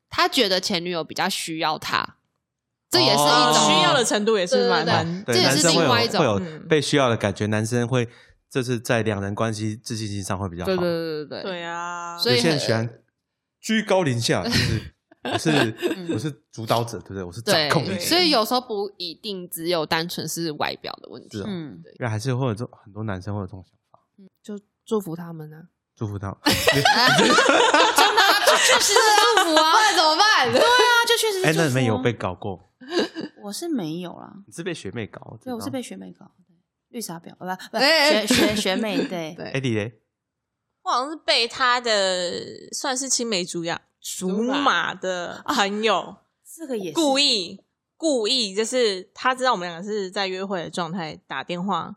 A: 他觉得前女友比较需要他，这也是一种、
C: 哦
D: 需要的程度也是
A: 对
D: 蛮
A: 对
D: 蛮
C: 对，
A: 这也
C: 男
A: 是
C: 生会
A: 另
C: 有
A: 外一种
C: 会有
D: 嗯
C: 被需要的感觉，男生会这是在两人关系自信心上会比较好。
A: 对对对对对
D: 对啊，
A: 所以
C: 有些人
A: 很
C: 喜欢居高临下，就是 我是
A: 嗯
C: 我是主导者，对不对？我是掌控
D: 对
C: 者，
A: 所以有时候不一定只有单纯是外表的问题
C: 是。啊
B: 嗯，
C: 原来还是会有这种很多男生会有这种想法。
A: 就祝福他们啊呢、
C: 祝 福他，
A: 啊是祝福 啊，不然怎么办？
B: 对啊，就确实是
C: 哎，
B: 祝
C: 那你们
B: 福
C: 有
B: 啊
C: 被搞过？
B: 我是没有啦，
C: 你是被学妹搞？我知
B: 对，我是
C: 道
B: 被学妹搞，绿茶婊，呃不不，
A: 哎
B: 学学学妹，对，
C: 哎
A: 对，
C: 你嘞？
D: 我好像是被他的算是青梅竹马竹马的朋友
B: 这个也是
D: 故意故意，就是他知道我们两个是在约会的状态，打电
B: 嗯
D: 话。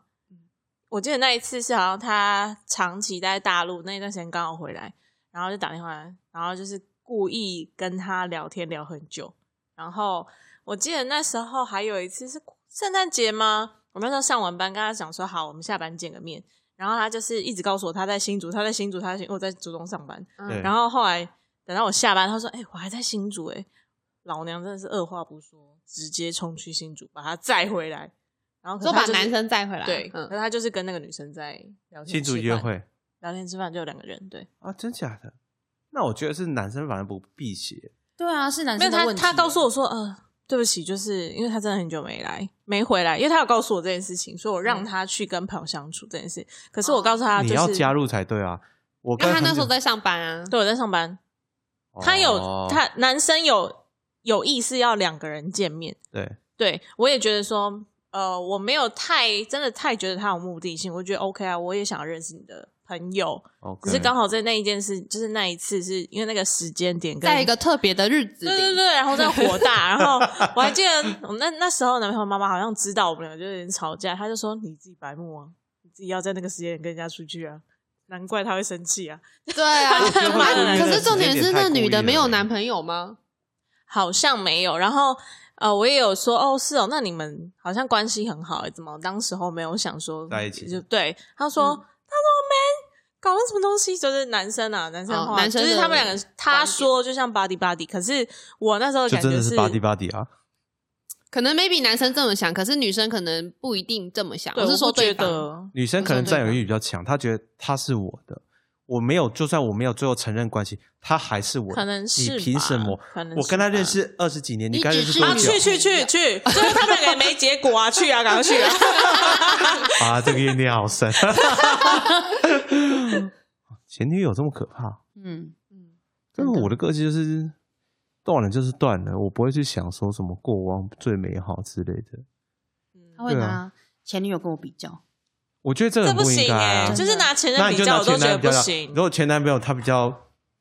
D: 我记得那一次是好像他长期待在大陆，那一段时间刚好回来，然后就打电话来，然后就是故意跟他聊天聊很久。然后我记得那时候还有一次是圣诞节吗？我那时候上完班，跟他讲说好，我们下班见个面。然后他就是一直告诉我他在新竹，他在新竹，他在新我在竹东上班。
C: 对
A: 嗯，
D: 然后后来等到我下班，他说：“哎、我还在新竹哎、老娘真的是二话不说，直接冲去新竹把他载回来。”然后可
A: 说
D: 是他
A: 把
D: 就是
A: 男生带回来，
D: 对，可是
A: 嗯，
D: 他就是跟那个女生在聊
C: 庆
D: 天
C: 祝
D: 吃
C: 约
D: 饭
C: 会
D: 聊天吃饭就有两个人对，
C: 啊？真假的？那我觉得是男生反而不避邪，
B: 对啊，是男
D: 没有
B: 生的
D: 他
B: 问题。
D: 他告诉我说：“呃，对不起，就是因为他真的很久没来没回来，因为他有告诉我这件事情，所以我让
B: 嗯
D: 他去跟朋友相处这件事。
A: 哦
D: 可是我告诉啊他、
C: 你
D: 就是，
C: 要加入才对啊！我
A: 因
C: 跟
A: 为他那时候
C: 很久
A: 在上班啊，
D: 对我在上班，他有、
C: 哦
D: 他男生有有意识要两个人见面。”
C: 对
D: 对我也觉得说，呃，我没有太真的太觉得他有目的性，我觉得 OK 啊，我也想认识你的朋友，
C: ，OK，
D: 只是刚好在那一件事，就是那一次是因为那个时间点跟
A: 在一个特别的日子
D: 对对
A: 里，
D: 对，然后在火大，然后我还记得我那那时候男朋友妈妈好像知道我们两个就有点吵架，他就说你自己白目啊，你自己要在那个时间点跟人家出去啊，难怪他会生气啊，
A: 对啊。
D: 他 就
C: 会
D: 把
C: 故
A: 啊
C: 意
A: 可
C: 的
A: 是重点是，那女的没有男
C: 友，
A: 朋友吗？
D: 好像没有。然后呃，我也有说哦，是哦，那你们好像关系很好、欸，怎么当时候没有想说
C: 在一起
D: 就对，他说、
A: 嗯
D: 他说 man 搞了什么东西，就是男生啊，男生
A: 哦
D: 话，
A: 男生
D: 就是
A: 的
D: 他们两个，他说就像 body body，可是我那时候的
C: 就
D: 感
C: 真
D: 觉
C: 的是 body body 啊！
A: 可能 maybe 男生这么想，可是女生可能不一定这么想。
D: 对
A: 我是说
D: 不觉
A: 对方，
D: 得
C: 女生可能占有欲比较强，她觉得她是我的，我没有，就算我没有最后承认关系，她还是我的。
D: 可能是吧
C: 你凭什么？
D: 可能是吧
C: 我跟她认识二十几年，
A: 你
C: 你跟她认识
A: 只
C: 多
A: 是
D: 啊，
C: 久
D: 去去去去， 最后他们两个也没结果啊，去啊，赶快去啊！
C: 啊？这个怨念好 深。 前女友这么可怕？
B: 嗯，
C: 但是我的个性就是断了就是断了，我不会去想说什么过往最美好之类的。
B: 他会
C: 对啊
B: 拿前女友跟我比较，
C: 我觉得这个
D: 这
C: 很
D: 不
C: 应
D: 行
C: 该
D: 哎、
C: 啊。
D: 就是拿前
C: 那你
D: 任比
C: 就
D: 较，
C: 拿
D: 我都
C: 前
D: 觉得
C: 男
D: 不
C: 友
D: 行
C: 如。果前男朋友他比较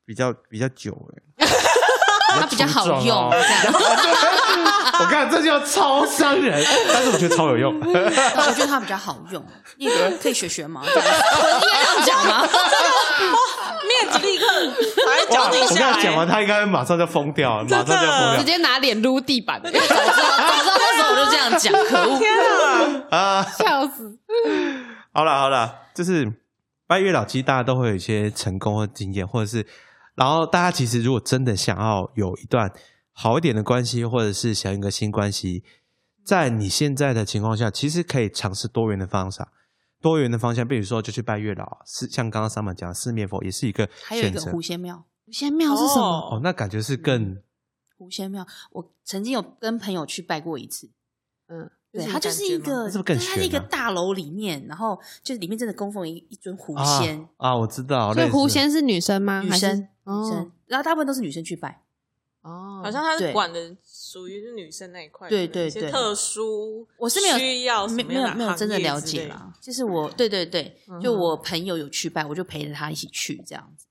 C: 比较比较久哎。
A: 他比较好用。这样
C: 我看这就超伤人，但是我觉得超有用。
B: 但我觉得他比较好用，你也可以学啊学嘛，这样 应该这样讲吗？
D: 面子立刻把它
C: 哇！
D: 脚
C: 我
D: 定
C: 跟
D: 下
C: 他
D: 来。
C: 讲完，他应该马上就疯掉，马上就
A: 直
C: 疯掉
A: 接拿脸撸地板，
B: 早知道那时候我就这样讲，可恶！
D: 天 啊！
C: 啊！
A: 笑死！
C: 好了好了，就是拜月老，其实大家都会有一些成功的经验，或者是，然后大家其实如果真的想要有一段好一点的关系，或者是想一个新关系，在你现在的情况下，其实可以尝试多元的方向。多元的方向，比如说就去拜月老，是像刚刚三满讲的四面佛，也是一个
B: 还有一
C: 选
B: 个
C: 择。
B: 狐仙庙，
A: 狐仙庙是什么？
C: 哦，那感觉是更
B: 狐仙庙，我曾经有跟朋友去拜过一次。
A: 嗯，
B: 对，它就是一个，
C: 那是不是更
B: 对它是一
C: 玄
B: 个
C: 啊
B: 大楼里面，然后就是里面真的供奉一一尊狐
C: 啊
B: 仙，
C: 啊，我知道，
A: 所以
C: 类似
A: 狐仙是女生吗？
B: 女
A: 还是
B: 生女
A: 哦
B: 生，然后大部分都是女生去拜。
A: 哦，
D: 好像他是
B: 对
D: 管的属于是女生那一块，
B: 对
D: 可能
B: 对
D: 一些
B: 对
D: 特殊，
B: 我是没有
D: 需要什
B: 没
D: 么
B: 没
D: 样
B: 有没有
D: 行
B: 真的
D: 业
B: 了
D: 之
B: 解
D: 类的
B: 啦，就是我对对对，就
D: 嗯
B: 我朋友有去拜，我就陪着他一起去这样子。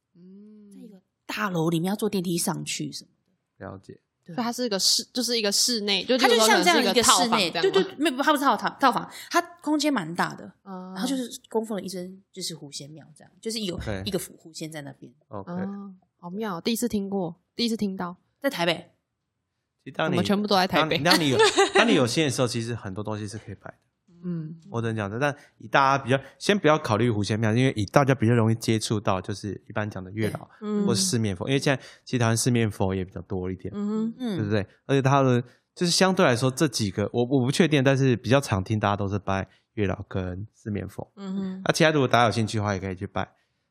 B: 在一
D: 嗯，
B: 个大楼里面要坐电梯上去什么，
C: 了解，
A: 所以它是一个室，就是一个室内，就
B: 它就
A: 例如说
B: 像
A: 可能
B: 这样
A: 是
B: 一
A: 一个套
B: 室
A: 房
B: 内，
A: 这样
B: 对对，
A: 吗
B: 对没有它不是套套套房，它空间蛮大的，
A: 嗯
B: 然后就是供奉了一尊就是狐仙庙这样，就是有
C: OK
B: 一个狐狐仙在那边，
C: OK，、
A: 哦，好妙哦，第一次听过，第一次听到，
B: 在台北。
C: 其实
A: 我
C: 当你
A: 们全部都在台
C: 当
A: 北
C: 你，当你有当你有心的时候，其实很多东西是可以摆的。
B: 嗯，
C: 我只能讲的，但以大家比较先不要考虑狐仙庙，因为以大家比较容易接触到，就是一般讲的月老
D: 嗯
C: 或四面佛，因为现在其实台湾四面佛也比较多一点，
D: 嗯哼，
C: 对不
B: 嗯，
C: 对？而且他的就是相对来说这几个，我我不确定，但是比较常听大家都是拜月老跟四面佛。
D: 嗯哼，
C: 那、其他如果大家有兴趣的话，也可以去拜。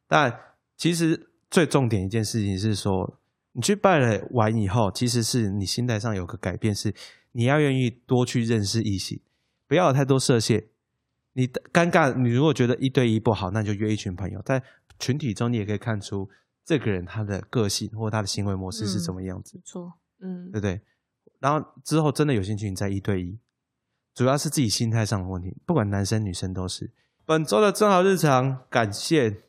C: 但其实最重点一件事情是说，你去拜了完以后，其实是你心态上有个改变是，你要愿意多去认识异性，不要有太多设限。你的尴尬，你如果觉得一对一不好，那你就约一群朋友。在群体中，你也可以看出这个人他的个性或他的行为模式是什么样子。
D: 不错，嗯
C: 对不对？然后之后真的有兴趣，你再一对一，主要是自己心态上的问题，不管男生女生都是。本周的正好日常，感谢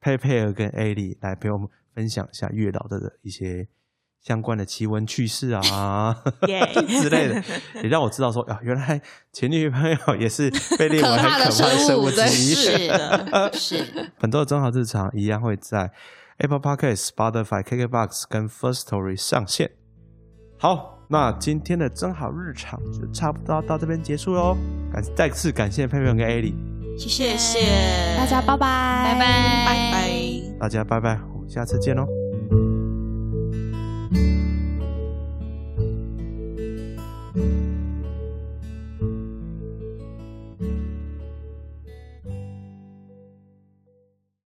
C: 佩佩尔跟艾莉来陪我们分享一下月老的一些相关的奇闻趣事啊
D: 耶
C: 之类的，也让我知道说啊，原来前女朋友也是被列为
A: 可
C: 很可
A: 怕
C: 怕
A: 的
C: 的生
A: 生物
C: 物
A: 对
C: 之一。
B: 是的，是。
C: 本周的中好日常一样会在 Apple Podcast、Spotify、KKBox 跟 First Story 上线。好，那今天的真好日常就差不多到这边结束喽。感再次感谢佩佩跟艾莉，
B: 谢
D: 谢谢
A: 大家拜拜，
B: 拜拜
D: 拜拜。
C: 大家拜拜，我们下次见喽。